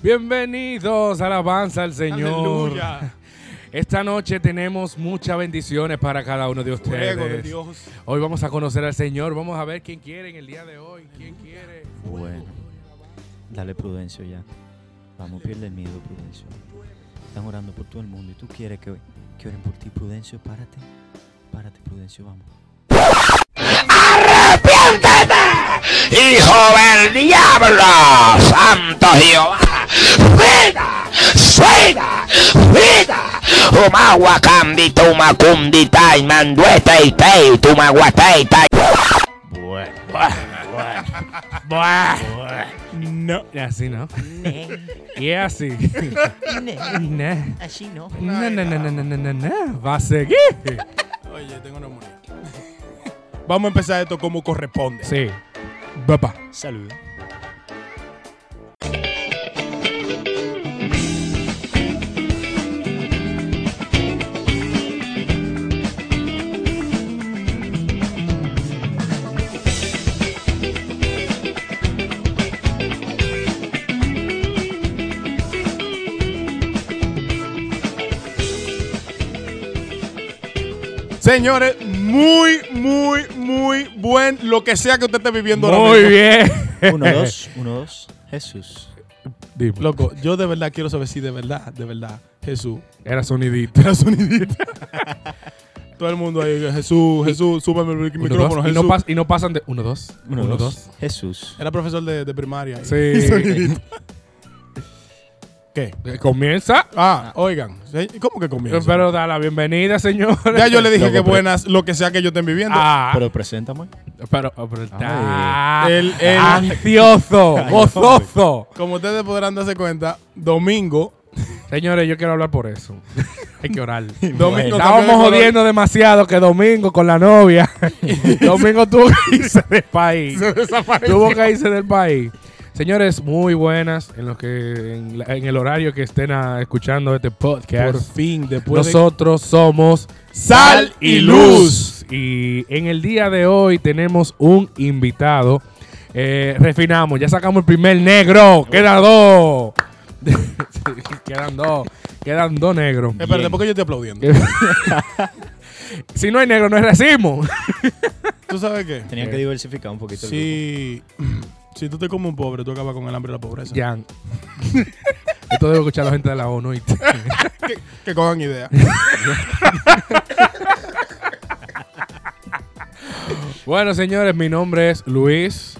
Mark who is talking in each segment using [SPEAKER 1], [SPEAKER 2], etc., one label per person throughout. [SPEAKER 1] Bienvenidos a Alabanza al Señor.
[SPEAKER 2] Aleluya.
[SPEAKER 1] Esta noche tenemos muchas bendiciones para cada uno de ustedes.
[SPEAKER 2] Fuego de Dios.
[SPEAKER 1] Hoy vamos a conocer al Señor, vamos a ver quién quiere en el día de hoy, quién quiere.
[SPEAKER 3] Bueno, dale Prudencio ya. Vamos, pierde el miedo, Prudencio. Están orando por todo el mundo y tú quieres que, que oren por ti, Prudencio. Párate, párate, Prudencio, vamos.
[SPEAKER 4] hijo del diablo, santo Jehová, vida, vida, vida, umaguacambi, tumacundi, tai, manduete, y tei, tumaguate, y tai.
[SPEAKER 1] No. Así no. Y así. Ne.
[SPEAKER 3] Así no.
[SPEAKER 1] No, no, no, no, no, no, no, no. Va a seguir.
[SPEAKER 2] Oye, tengo neumonía. Vamos a empezar esto como corresponde.
[SPEAKER 1] Sí. Papá.
[SPEAKER 3] Salud.
[SPEAKER 2] Señores, muy, muy, muy buen lo que sea que usted esté viviendo ahora
[SPEAKER 1] Muy
[SPEAKER 2] mismo.
[SPEAKER 1] bien.
[SPEAKER 3] Uno, dos, uno, dos. Jesús.
[SPEAKER 1] Dime.
[SPEAKER 2] Loco, yo de verdad quiero saber si de verdad, de verdad, Jesús
[SPEAKER 1] Era sonidito.
[SPEAKER 2] era sonidita. Todo el mundo ahí, Jesús, Jesús, súbame el
[SPEAKER 1] Uno,
[SPEAKER 2] micrófono,
[SPEAKER 1] dos. y,
[SPEAKER 2] Jesús.
[SPEAKER 1] no pas- y no pasan de. Uno, dos.
[SPEAKER 3] Uno, dos. Jesús.
[SPEAKER 2] Era profesor de, de primaria. ahí.
[SPEAKER 1] Sí.
[SPEAKER 2] Y sonidito. ¿Qué?
[SPEAKER 1] Eh, Comienza.
[SPEAKER 2] Ah, oigan, ¿sí? ¿cómo que comienza?
[SPEAKER 1] Pero da la bienvenida, señor.
[SPEAKER 2] ya yo le dije
[SPEAKER 3] Loco,
[SPEAKER 2] que
[SPEAKER 3] pero-
[SPEAKER 2] buenas, lo que sea que yo estén viviendo.
[SPEAKER 1] Ah,
[SPEAKER 3] Pero preséntame.
[SPEAKER 1] pero, oh, pero está
[SPEAKER 2] Ay. El- el-
[SPEAKER 1] ansioso, gozoso.
[SPEAKER 2] Como ustedes podrán darse cuenta, domingo
[SPEAKER 1] Señores, yo quiero hablar por eso. Hay que orar.
[SPEAKER 2] Domingo cambió de
[SPEAKER 1] Estábamos
[SPEAKER 2] color.
[SPEAKER 1] jodiendo demasiado que Domingo con la novia. Domingo tuvo que irse del país. tuvo que irse del país. Señores, muy buenas en los que en, la- en el horario que estén ah, escuchando este
[SPEAKER 2] Por
[SPEAKER 1] podcast.
[SPEAKER 2] fin, después de
[SPEAKER 1] Nosotros somos
[SPEAKER 2] Sal y Luz.
[SPEAKER 1] Y en el día de hoy tenemos un invitado. Eh, refinamos, ya sacamos el primer negro. Quedan dos. quedan dos. Quedan dos negros.
[SPEAKER 2] Espérate, ¿por qué yo estoy aplaudiendo?
[SPEAKER 1] si no hay negro, no es racismo.
[SPEAKER 2] ¿Tú sabes qué?
[SPEAKER 3] Tenían que diversificar un poquito el
[SPEAKER 2] Si, si tú te comes un pobre, tú acabas con el hambre y la pobreza.
[SPEAKER 1] Jan. Esto debo escuchar a la gente de la ONU. ¿oíste?
[SPEAKER 2] Que, que cojan idea.
[SPEAKER 1] bueno, señores, mi nombre es Luis.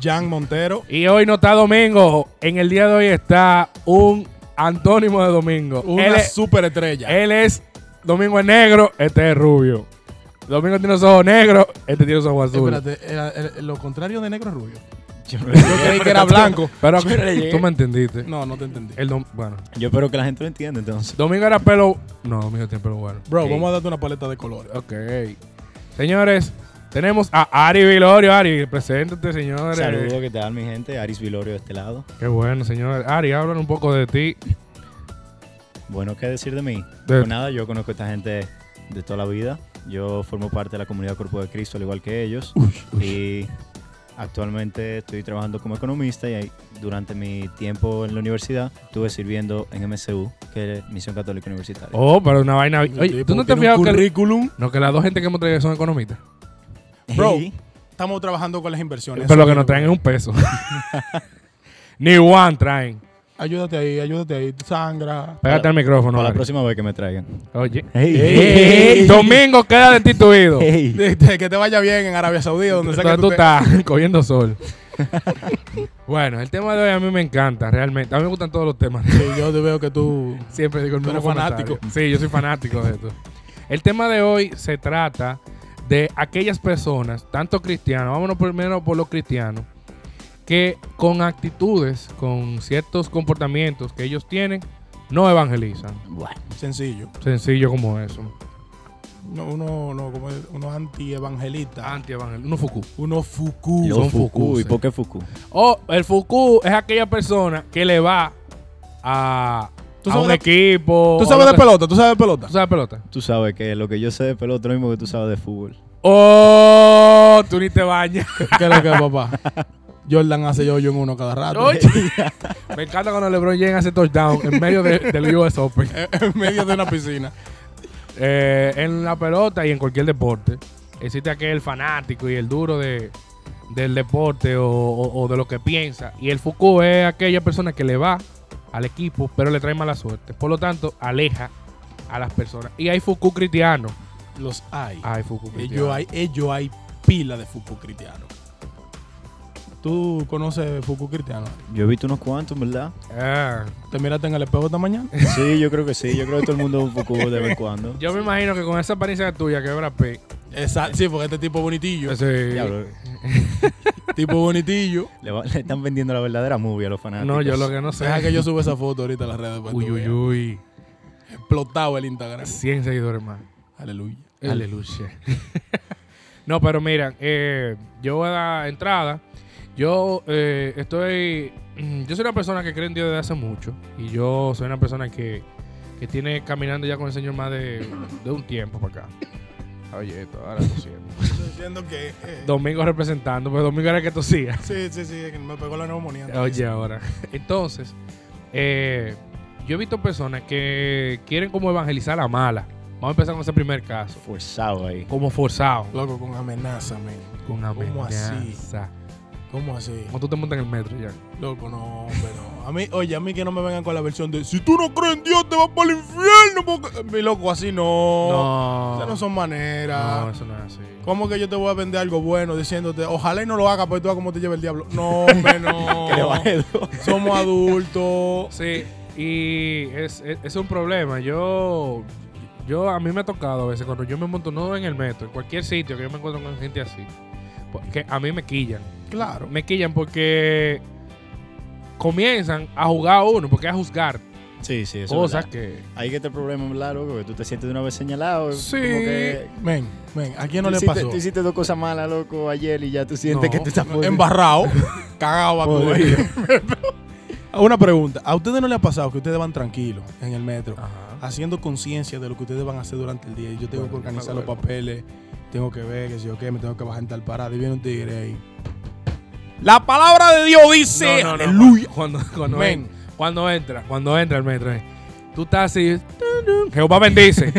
[SPEAKER 2] Jan Montero.
[SPEAKER 1] Y hoy no está Domingo. En el día de hoy está un antónimo de Domingo. Él
[SPEAKER 2] Una
[SPEAKER 1] es-
[SPEAKER 2] superestrella.
[SPEAKER 1] Él es Domingo es negro, este es rubio. Domingo tiene los ojos negros, este tiene los ojos azules.
[SPEAKER 2] Espérate, era- era- lo contrario de negro es rubio.
[SPEAKER 3] grupo. Yo,
[SPEAKER 2] Yo creí que era blanco.
[SPEAKER 1] Pero
[SPEAKER 3] Yo no le llegué.
[SPEAKER 1] tú me entendiste.
[SPEAKER 2] No, no te entendí.
[SPEAKER 1] El dom- bueno,
[SPEAKER 3] yo espero que la gente lo entienda entonces.
[SPEAKER 1] Domingo era pelo. No, Domingo tiene pelo bueno.
[SPEAKER 2] Bro,
[SPEAKER 3] Ok.
[SPEAKER 2] vamos a darte una paleta de colores.
[SPEAKER 1] Ok. Señores, tenemos a Ari Vilorio. Ari, preséntate, señores.
[SPEAKER 3] Saludos, ¿qué tal, mi gente? Aris Vilorio de este lado.
[SPEAKER 1] Qué bueno, señores. Ari, háblanos un poco de ti.
[SPEAKER 3] Bueno, ¿qué decir de mí?
[SPEAKER 1] De-
[SPEAKER 3] Pues nada, yo conozco a esta gente de toda la vida. Yo formo parte de la comunidad Cuerpo de Cristo, al igual que ellos. Y actualmente estoy trabajando como economista y ahí- durante mi tiempo en la universidad estuve sirviendo en MSU, que es Misión Católica Universitaria.
[SPEAKER 1] Oh, pero una vaina. Oye, ¿tú no te has
[SPEAKER 2] Tiene un
[SPEAKER 1] fijado que.?
[SPEAKER 2] currículum?
[SPEAKER 1] No, que las dos gente que hemos traído son economistas.
[SPEAKER 2] Bro,
[SPEAKER 3] Hey,
[SPEAKER 2] estamos trabajando con las inversiones.
[SPEAKER 1] Pero lo que
[SPEAKER 2] Eso
[SPEAKER 1] nos traen es
[SPEAKER 2] viene,
[SPEAKER 1] un peso. Ni one traen.
[SPEAKER 2] bro. Ayúdate ahí, ayúdate ahí. Sangra.
[SPEAKER 1] Pégate al micrófono.
[SPEAKER 3] para la
[SPEAKER 1] Ari.
[SPEAKER 3] próxima vez que me traigan.
[SPEAKER 1] Oye.
[SPEAKER 3] Hey.
[SPEAKER 1] Ey, Domingo queda destituido.
[SPEAKER 3] Hey.
[SPEAKER 2] que te vaya bien en Arabia Saudí, donde sea que
[SPEAKER 1] Entonces
[SPEAKER 2] tú
[SPEAKER 1] tú
[SPEAKER 2] estés.
[SPEAKER 1] estás cogiendo sol. bueno, el tema de hoy a mí me encanta, realmente. A mí me gustan todos los temas.
[SPEAKER 2] Sí, yo te veo que tú.
[SPEAKER 1] Siempre digo el
[SPEAKER 2] Tú
[SPEAKER 1] mismo
[SPEAKER 2] eres
[SPEAKER 1] comentario.
[SPEAKER 2] fanático.
[SPEAKER 1] Sí, yo soy fanático de esto. El tema de hoy se trata de aquellas personas, tanto cristianos, vámonos primero por los cristianos, que con actitudes, con ciertos comportamientos que ellos tienen, no evangelizan.
[SPEAKER 3] Bueno,
[SPEAKER 2] Sencillo.
[SPEAKER 1] Sencillo como eso.
[SPEAKER 2] No, uno, no, como es, unos anti-evangelistas.
[SPEAKER 1] Anti-evangelizan. No Foucault.
[SPEAKER 2] Unos Fuku.
[SPEAKER 3] los
[SPEAKER 1] son
[SPEAKER 3] Fuku.
[SPEAKER 1] Fuku,
[SPEAKER 3] ¿Y
[SPEAKER 1] sí.
[SPEAKER 3] por qué Fuku?
[SPEAKER 1] O Oh, el Fuku es aquella persona que le va a,
[SPEAKER 2] ¿Tú
[SPEAKER 1] a
[SPEAKER 2] sabes
[SPEAKER 1] un
[SPEAKER 2] de-
[SPEAKER 1] equipo.
[SPEAKER 2] Tú
[SPEAKER 1] o
[SPEAKER 2] sabes
[SPEAKER 1] lo
[SPEAKER 2] de
[SPEAKER 1] que-
[SPEAKER 2] pelota, tú sabes de pelota.
[SPEAKER 1] ¿Tú sabes de pelota?
[SPEAKER 3] Tú sabes que lo que yo sé de pelota es lo mismo que tú sabes de fútbol.
[SPEAKER 1] ¡Oh! Tú ni te bañas.
[SPEAKER 2] ¿Qué es lo que es, papá? Jordan hace yo-yo en uno cada rato.
[SPEAKER 1] Oye. Me encanta cuando LeBron llega a ese touchdown en medio de- del US Open.
[SPEAKER 2] en medio de una piscina.
[SPEAKER 1] Eh, en la pelota y en cualquier deporte. Existe aquel fanático y el duro de, del deporte o, o- o de lo que piensa. Y el Foucault es aquella persona que le va al equipo, pero le trae mala suerte. Por lo tanto, aleja a las personas. Y hay Foucault cristiano.
[SPEAKER 2] Los hay.
[SPEAKER 1] Hay Foucault cristiano.
[SPEAKER 2] Ellos hay, ellos hay pila de fútbol cristiano. ¿Tú conoces fútbol cristiano?
[SPEAKER 3] Yo he visto unos cuantos, ¿verdad?
[SPEAKER 1] Ah.
[SPEAKER 2] ¿Te miraste en el espejo esta mañana?
[SPEAKER 3] Sí, yo creo que sí. Yo creo que todo el mundo un poco de vez en cuando.
[SPEAKER 1] Yo me imagino que con esa apariencia tuya que es Brad Pitt,
[SPEAKER 2] Exacto. Sí, porque este tipo bonitillo.
[SPEAKER 1] ese-
[SPEAKER 3] Diablo,
[SPEAKER 2] tipo bonitillo.
[SPEAKER 3] le, va- le están vendiendo la verdadera movie a los fanáticos.
[SPEAKER 1] no, yo lo que no sé.
[SPEAKER 2] Deja que yo suba esa foto ahorita a las redes. para que
[SPEAKER 1] Uy,
[SPEAKER 2] tú
[SPEAKER 1] uy,
[SPEAKER 2] veas.
[SPEAKER 1] uy.
[SPEAKER 2] Explotado el Instagram.
[SPEAKER 1] 100 seguidores más.
[SPEAKER 2] Aleluya.
[SPEAKER 1] Aleluya. no, pero mira, eh, yo voy a dar entrada. Yo eh, estoy. Yo soy una persona que cree en Dios desde hace mucho. Y yo soy una persona que, que tiene caminando ya con el Señor más de, de un tiempo para acá. Oye, esto ahora tosiendo.
[SPEAKER 2] Estoy diciendo que. eh,
[SPEAKER 1] Domingo representando, pero Domingo era el que tosía.
[SPEAKER 2] sí, sí, sí. que Me pegó la neumonía.
[SPEAKER 1] Oye, ahora. Entonces, eh, yo he visto personas que quieren como evangelizar a mala. Vamos a empezar con ese primer caso.
[SPEAKER 3] Forzado ahí.
[SPEAKER 1] Como forzado.
[SPEAKER 2] Loco, con amenaza, men.
[SPEAKER 1] Con
[SPEAKER 2] ¿Cómo así?
[SPEAKER 1] amenaza.
[SPEAKER 2] ¿Cómo así?
[SPEAKER 1] Como tú te montas en el metro ya.
[SPEAKER 2] Loco, no, hombre, no. A mí, oye, a mí que no me vengan con la versión de si tú no crees en Dios, te vas para el infierno. Porque... eh, Mi loco, así no.
[SPEAKER 1] No.
[SPEAKER 2] Esas no son maneras.
[SPEAKER 1] No, eso no es así.
[SPEAKER 2] ¿Cómo que yo te voy a vender algo bueno diciéndote, ojalá y no lo hagas porque tú vas como te lleva el diablo? No, hombre,
[SPEAKER 3] Que le
[SPEAKER 2] no.
[SPEAKER 3] baje
[SPEAKER 1] Oh.
[SPEAKER 3] dos.
[SPEAKER 2] Somos adultos.
[SPEAKER 1] Sí, y es, es- es un problema. Yo, yo, a mí me ha tocado a veces cuando yo me monto, no en el metro, en cualquier sitio que yo me encuentro con gente así, pues, que a mí me quillan.
[SPEAKER 2] Claro.
[SPEAKER 1] Me quillan porque comienzan a jugar a uno, porque a juzgar
[SPEAKER 3] Sí, sí, eso
[SPEAKER 1] cosas
[SPEAKER 3] es verdad.
[SPEAKER 1] que.
[SPEAKER 3] Ahí que está el problema, ¿verdad, loco? Que tú te sientes de una vez señalado.
[SPEAKER 1] Sí.
[SPEAKER 3] Como que
[SPEAKER 2] Men, men, ¿a quién
[SPEAKER 3] tú
[SPEAKER 2] no le
[SPEAKER 3] hiciste-
[SPEAKER 2] pasó?
[SPEAKER 3] Tú hiciste dos cosas malas, loco, ayer y ya tú sientes
[SPEAKER 1] No.
[SPEAKER 3] que te estás podido.
[SPEAKER 2] Embarrado, cagado a tu
[SPEAKER 3] Podrido.
[SPEAKER 2] Una pregunta. ¿A ustedes no les ha pasado que ustedes van tranquilos en el metro?
[SPEAKER 1] Ajá.
[SPEAKER 2] haciendo conciencia de lo que ustedes van a hacer durante el día. Y Yo tengo que
[SPEAKER 1] Bueno,
[SPEAKER 2] organizar
[SPEAKER 1] claro,
[SPEAKER 2] los
[SPEAKER 1] claro.
[SPEAKER 2] papeles, tengo que ver que si yo qué, me tengo que bajar en tal parada. Y viene un tigre ahí. La palabra de Dios dice,
[SPEAKER 1] No, no, no.
[SPEAKER 2] aleluya.
[SPEAKER 1] Cuando, cuando,
[SPEAKER 2] Men.
[SPEAKER 1] en- cuando entra, cuando entra el metro, eh, tú estás así. Jehová bendice.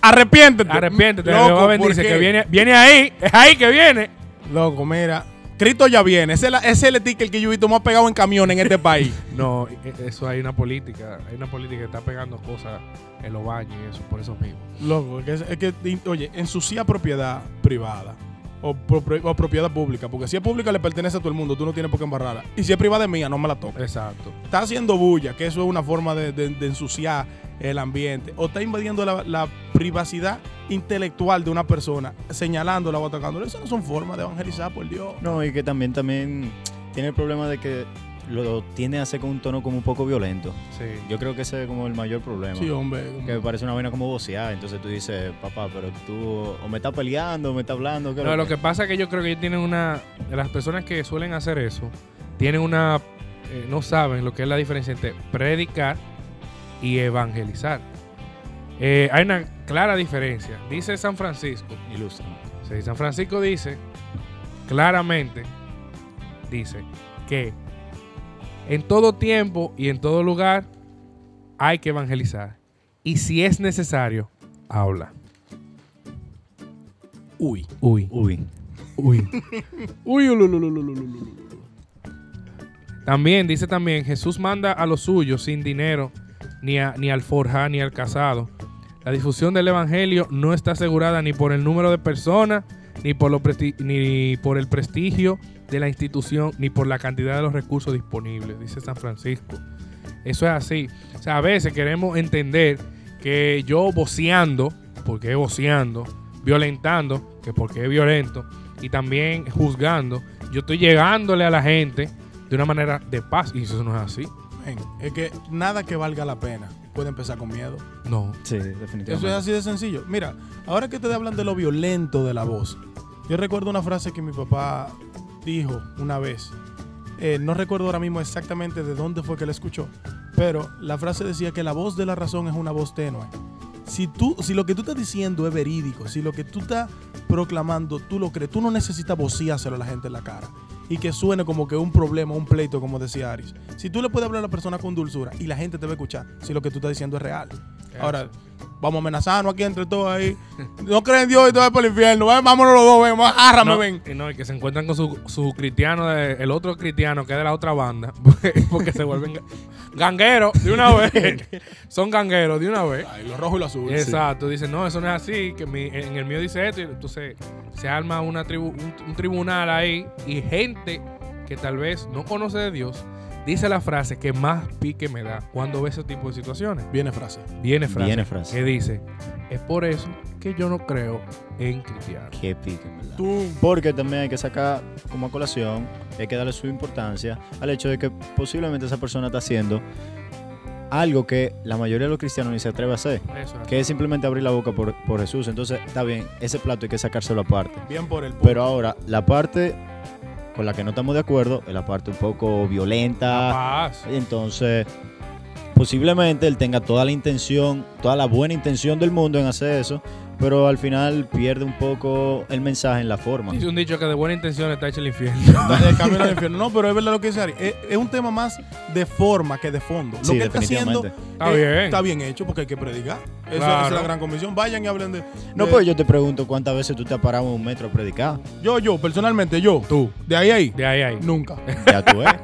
[SPEAKER 2] Arrepiéntete.
[SPEAKER 1] Arrepiéntete,
[SPEAKER 2] Loco,
[SPEAKER 1] Jehová
[SPEAKER 2] ¿por
[SPEAKER 1] bendice,
[SPEAKER 2] qué?
[SPEAKER 1] que viene, viene ahí, es ahí que viene.
[SPEAKER 2] Loco, mira. Cristo ya viene. Ese es, la- ese es el ticket que yo he visto más pegado en camión en este país.
[SPEAKER 1] No, e- eso hay una política, hay una política que está pegando cosas en los baños y eso, por eso mismo.
[SPEAKER 2] Loco, es que, es que, oye, ensucia propiedad privada o, pro- o propiedad pública. Porque si es pública le pertenece a todo el mundo, tú no tienes por qué embarrarla. Y si es privada es mía, no me la toques.
[SPEAKER 1] Exacto.
[SPEAKER 2] está haciendo bulla, que eso es una forma de, de- de ensuciar el ambiente, o está invadiendo la, la privacidad intelectual de una persona, señalándola o atacándola. Esas no son formas de evangelizar, por Dios.
[SPEAKER 3] No, y que también, también tiene el problema de que lo tiende a hacer con un tono como un poco violento.
[SPEAKER 1] Sí.
[SPEAKER 3] Yo creo que ese es como el mayor problema.
[SPEAKER 2] Sí, hombre.
[SPEAKER 3] que me parece una vaina como vocear, entonces tú dices, papá, pero tú o me estás peleando, o me estás hablando. ¿qué es
[SPEAKER 1] No, lo que pasa es que yo creo que ellos tienen una. Las personas que suelen hacer eso tienen una. eh, no saben lo que es la diferencia entre predicar y evangelizar. Eh, hay una clara diferencia. Dice San Francisco.
[SPEAKER 3] Ilustra.
[SPEAKER 1] Sí, San Francisco dice claramente: dice que en todo tiempo y en todo lugar hay que evangelizar. Y si es necesario, habla.
[SPEAKER 2] Uy.
[SPEAKER 1] Uy,
[SPEAKER 3] Uy.
[SPEAKER 1] uy.
[SPEAKER 2] Uy, ululululululululu.
[SPEAKER 1] También dice también, Jesús manda a los suyos sin dinero, ni, a- ni al forja, ni al casado. La difusión del Evangelio no está asegurada ni por el número de personas, ni por, lo presti- ni por el prestigio de la institución, ni por la cantidad de los recursos disponibles, dice San Francisco. Eso es así. O sea, a veces queremos entender que yo voceando, porque es voceando, violentando, que porque es violento, y también juzgando, yo estoy llegándole a la gente de una manera de paz, y eso no es así.
[SPEAKER 2] Men, es que nada que valga la pena puede empezar con miedo.
[SPEAKER 1] No.
[SPEAKER 3] Sí, definitivamente.
[SPEAKER 2] Eso es así de sencillo. Mira, ahora que te hablan de lo violento de la voz, yo recuerdo una frase que mi papá dijo una vez. Eh, no recuerdo ahora mismo exactamente de dónde fue que la escuchó, pero la frase decía que la voz de la razón es una voz tenue. Si, tú, si lo que tú estás diciendo es verídico, si lo que tú estás proclamando tú lo crees, tú no necesitas vocíaselo a la gente en la cara. y que suene como que un problema, un pleito, como decía Aris. Si tú le puedes hablar a la persona con dulzura y la gente te va a escuchar, si lo que tú estás diciendo es real. Ahora, vamos a amenazarnos aquí entre todos ahí. No creen en Dios y te vas para el infierno. Ven, vámonos los dos, ven, vamos, agárrame,
[SPEAKER 1] No,
[SPEAKER 2] ven.
[SPEAKER 1] y no, y que se encuentran con su, su cristiano, de- el otro cristiano que es de la otra banda, porque, porque se vuelven ga- gangueros de una vez. Son gangueros de una vez.
[SPEAKER 2] Ay, lo rojo y lo azul.
[SPEAKER 1] Exacto, dicen, no, eso no es así, que mi- en el mío dice esto, y entonces se arma una tribu- un, un tribunal ahí y gente que tal vez no conoce de Dios dice la frase que más pique me da cuando ve ese tipo de situaciones.
[SPEAKER 2] Viene frase.
[SPEAKER 1] Viene frase,
[SPEAKER 3] Viene frase.
[SPEAKER 1] que dice, es por eso que yo no creo en cristianos.
[SPEAKER 3] Qué pique, en verdad.
[SPEAKER 2] Tú.
[SPEAKER 3] Porque también hay que sacar como a colación, hay que darle su importancia al hecho de que posiblemente esa persona está haciendo algo que la mayoría de los cristianos ni se atreve a hacer,
[SPEAKER 1] Eso es.
[SPEAKER 3] que es simplemente abrir la boca por, por Jesús. Entonces, está bien, ese plato hay que sacárselo aparte.
[SPEAKER 2] Bien por el punto.
[SPEAKER 3] Pero ahora, la parte con la que no estamos de acuerdo es la parte un poco violenta.
[SPEAKER 1] Capaz.
[SPEAKER 3] Entonces, posiblemente él tenga toda la intención, toda la buena intención del mundo en hacer eso, pero al final pierde un poco el mensaje en la forma.
[SPEAKER 1] Dice un dicho que de buena intención está hecho el infierno.
[SPEAKER 2] de camino al infierno. No, pero es verdad lo que dice Ari. Es, es un tema más de forma que de fondo. Lo
[SPEAKER 3] Sí,
[SPEAKER 2] que está haciendo
[SPEAKER 3] definitivamente.
[SPEAKER 1] Está
[SPEAKER 2] eh,
[SPEAKER 1] bien.
[SPEAKER 2] está bien hecho porque hay que predicar. Eso
[SPEAKER 1] Claro.
[SPEAKER 2] es la gran comisión. Vayan y hablen de.
[SPEAKER 3] No,
[SPEAKER 2] de-
[SPEAKER 3] pues yo te pregunto cuántas veces tú te has parado en un metro a predicar.
[SPEAKER 2] Yo, yo, personalmente, yo. Tú. De ahí a ahí.
[SPEAKER 1] De ahí ahí.
[SPEAKER 2] Nunca.
[SPEAKER 3] Ya tú eres.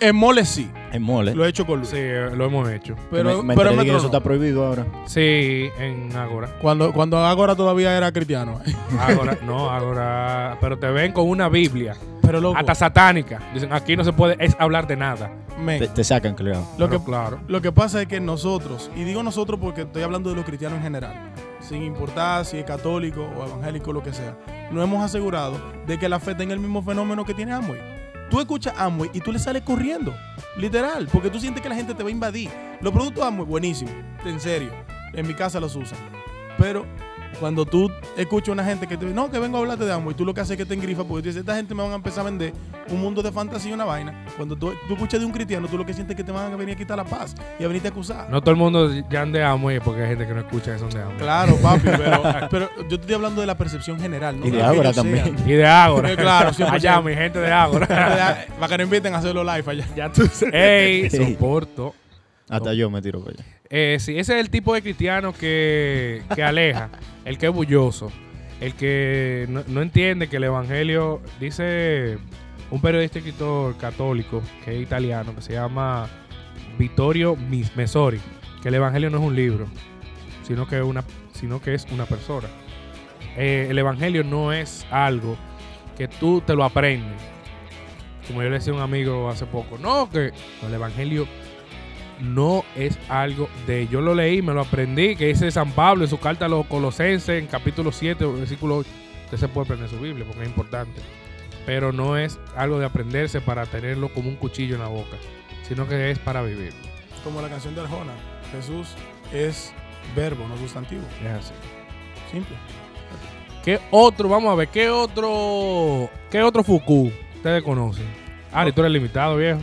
[SPEAKER 2] En mole sí.
[SPEAKER 3] Es mole.
[SPEAKER 2] Lo he hecho con Luis.
[SPEAKER 1] Sí, eh, lo hemos hecho.
[SPEAKER 2] Pero,
[SPEAKER 3] me, me
[SPEAKER 2] pero en
[SPEAKER 3] enteré que
[SPEAKER 2] metro
[SPEAKER 3] eso
[SPEAKER 2] no.
[SPEAKER 3] está prohibido ahora.
[SPEAKER 1] Sí, en Agora.
[SPEAKER 2] Cuando, cuando Ágora todavía era cristiano.
[SPEAKER 1] Agora, no, Agora. Pero te ven con una Biblia,
[SPEAKER 2] Pero loco,
[SPEAKER 1] hasta satánica. Dicen, aquí no se puede es hablar de nada.
[SPEAKER 2] men,
[SPEAKER 3] Te, te sacan, creo.
[SPEAKER 2] lo, que,
[SPEAKER 1] Pero claro.
[SPEAKER 2] lo que pasa es que nosotros, y digo nosotros porque estoy hablando de los cristianos en general, sin importar si es católico o evangélico lo que sea, nos hemos asegurado de que la fe tenga el mismo fenómeno que tiene Amway. Tú escuchas Amway y tú le sales corriendo, literal, porque tú sientes que la gente te va a invadir. Los productos Amway, buenísimos, en serio, en mi casa los usan. Pero cuando tú escuchas a una gente que te dice, no, que vengo a hablarte de Amway, tú lo que haces es que te engrifa porque tú dices, esta gente me van a empezar a vender un mundo de fantasía y una vaina. Cuando tú, tú escuchas de un cristiano, tú lo que sientes es que te van a venir a quitar la paz y a venirte a acusar.
[SPEAKER 1] No todo el mundo ya ande amo porque hay gente que no escucha que son de amo.
[SPEAKER 2] Claro, papi, pero, pero yo te estoy hablando de la percepción general, ¿no?
[SPEAKER 3] Y de
[SPEAKER 2] lo que
[SPEAKER 3] Ágora
[SPEAKER 2] ellos
[SPEAKER 3] también.
[SPEAKER 2] sean.
[SPEAKER 1] Y de Agora.
[SPEAKER 2] Eh, claro, 100%.
[SPEAKER 1] Allá, mi gente de Agora.
[SPEAKER 2] Para que no inviten a hacerlo live allá.
[SPEAKER 1] ya tú sabes. Ey,
[SPEAKER 3] Sí.
[SPEAKER 1] soporto.
[SPEAKER 3] Hasta yo me tiro para allá.
[SPEAKER 1] Eh, sí, ese es el tipo de cristiano que, que aleja, el que es bulloso, el que no, no entiende que el evangelio, dice un periodista y escritor católico que es italiano, que se llama Vittorio Mis- Messori, que el evangelio no es un libro, sino que, una, sino que es una persona. Eh, el evangelio no es algo que tú te lo aprendes. Como yo le decía a un amigo hace poco, no, que no, el evangelio no es algo de yo lo leí, me lo aprendí, que dice San Pablo en su carta a los colosenses en capítulo 7, versículo 8. Usted se puede aprender su Biblia porque es importante. Pero no es algo de aprenderse para tenerlo como un cuchillo en la boca, sino que es para vivir.
[SPEAKER 2] Como la canción de Arjona, Jesús es verbo, no sustantivo.
[SPEAKER 1] Es así.
[SPEAKER 2] Simple.
[SPEAKER 1] ¿Qué otro? Vamos a ver, ¿qué otro? ¿Qué otro Fuku ustedes conocen? Ari, tú eres limitado, viejo.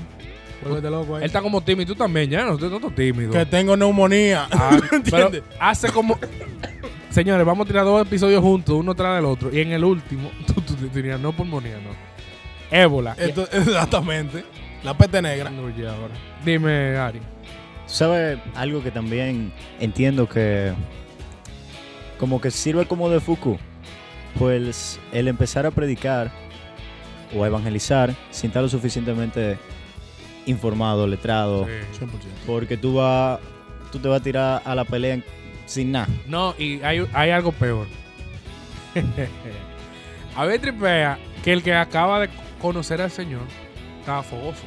[SPEAKER 2] Vuélvete loco ahí.
[SPEAKER 1] Él está como tímido, tú también, ya no, usted no está tímido.
[SPEAKER 2] Que tengo neumonía.
[SPEAKER 1] Ah, pero
[SPEAKER 2] ¿Entiendes?
[SPEAKER 1] hace como. Señores, vamos a tirar dos episodios juntos, uno tras del otro. Y en el último, tú, tú tenías no pulmonía, no. Ébola.
[SPEAKER 2] Esto- exactamente. La peste negra.
[SPEAKER 1] No, ya, ahora. Dime, Ari.
[SPEAKER 3] Tú sabes algo que también entiendo que como que sirve como de Fuku, pues el empezar a predicar o a evangelizar sin estar lo suficientemente informado, letrado,
[SPEAKER 1] Sí.
[SPEAKER 2] 100%.
[SPEAKER 3] porque tú vas, tú te vas a tirar a la pelea en- sin nada.
[SPEAKER 1] No, y hay, hay algo peor. a ver, tripea que el que acaba de conocer al Señor estaba fogoso.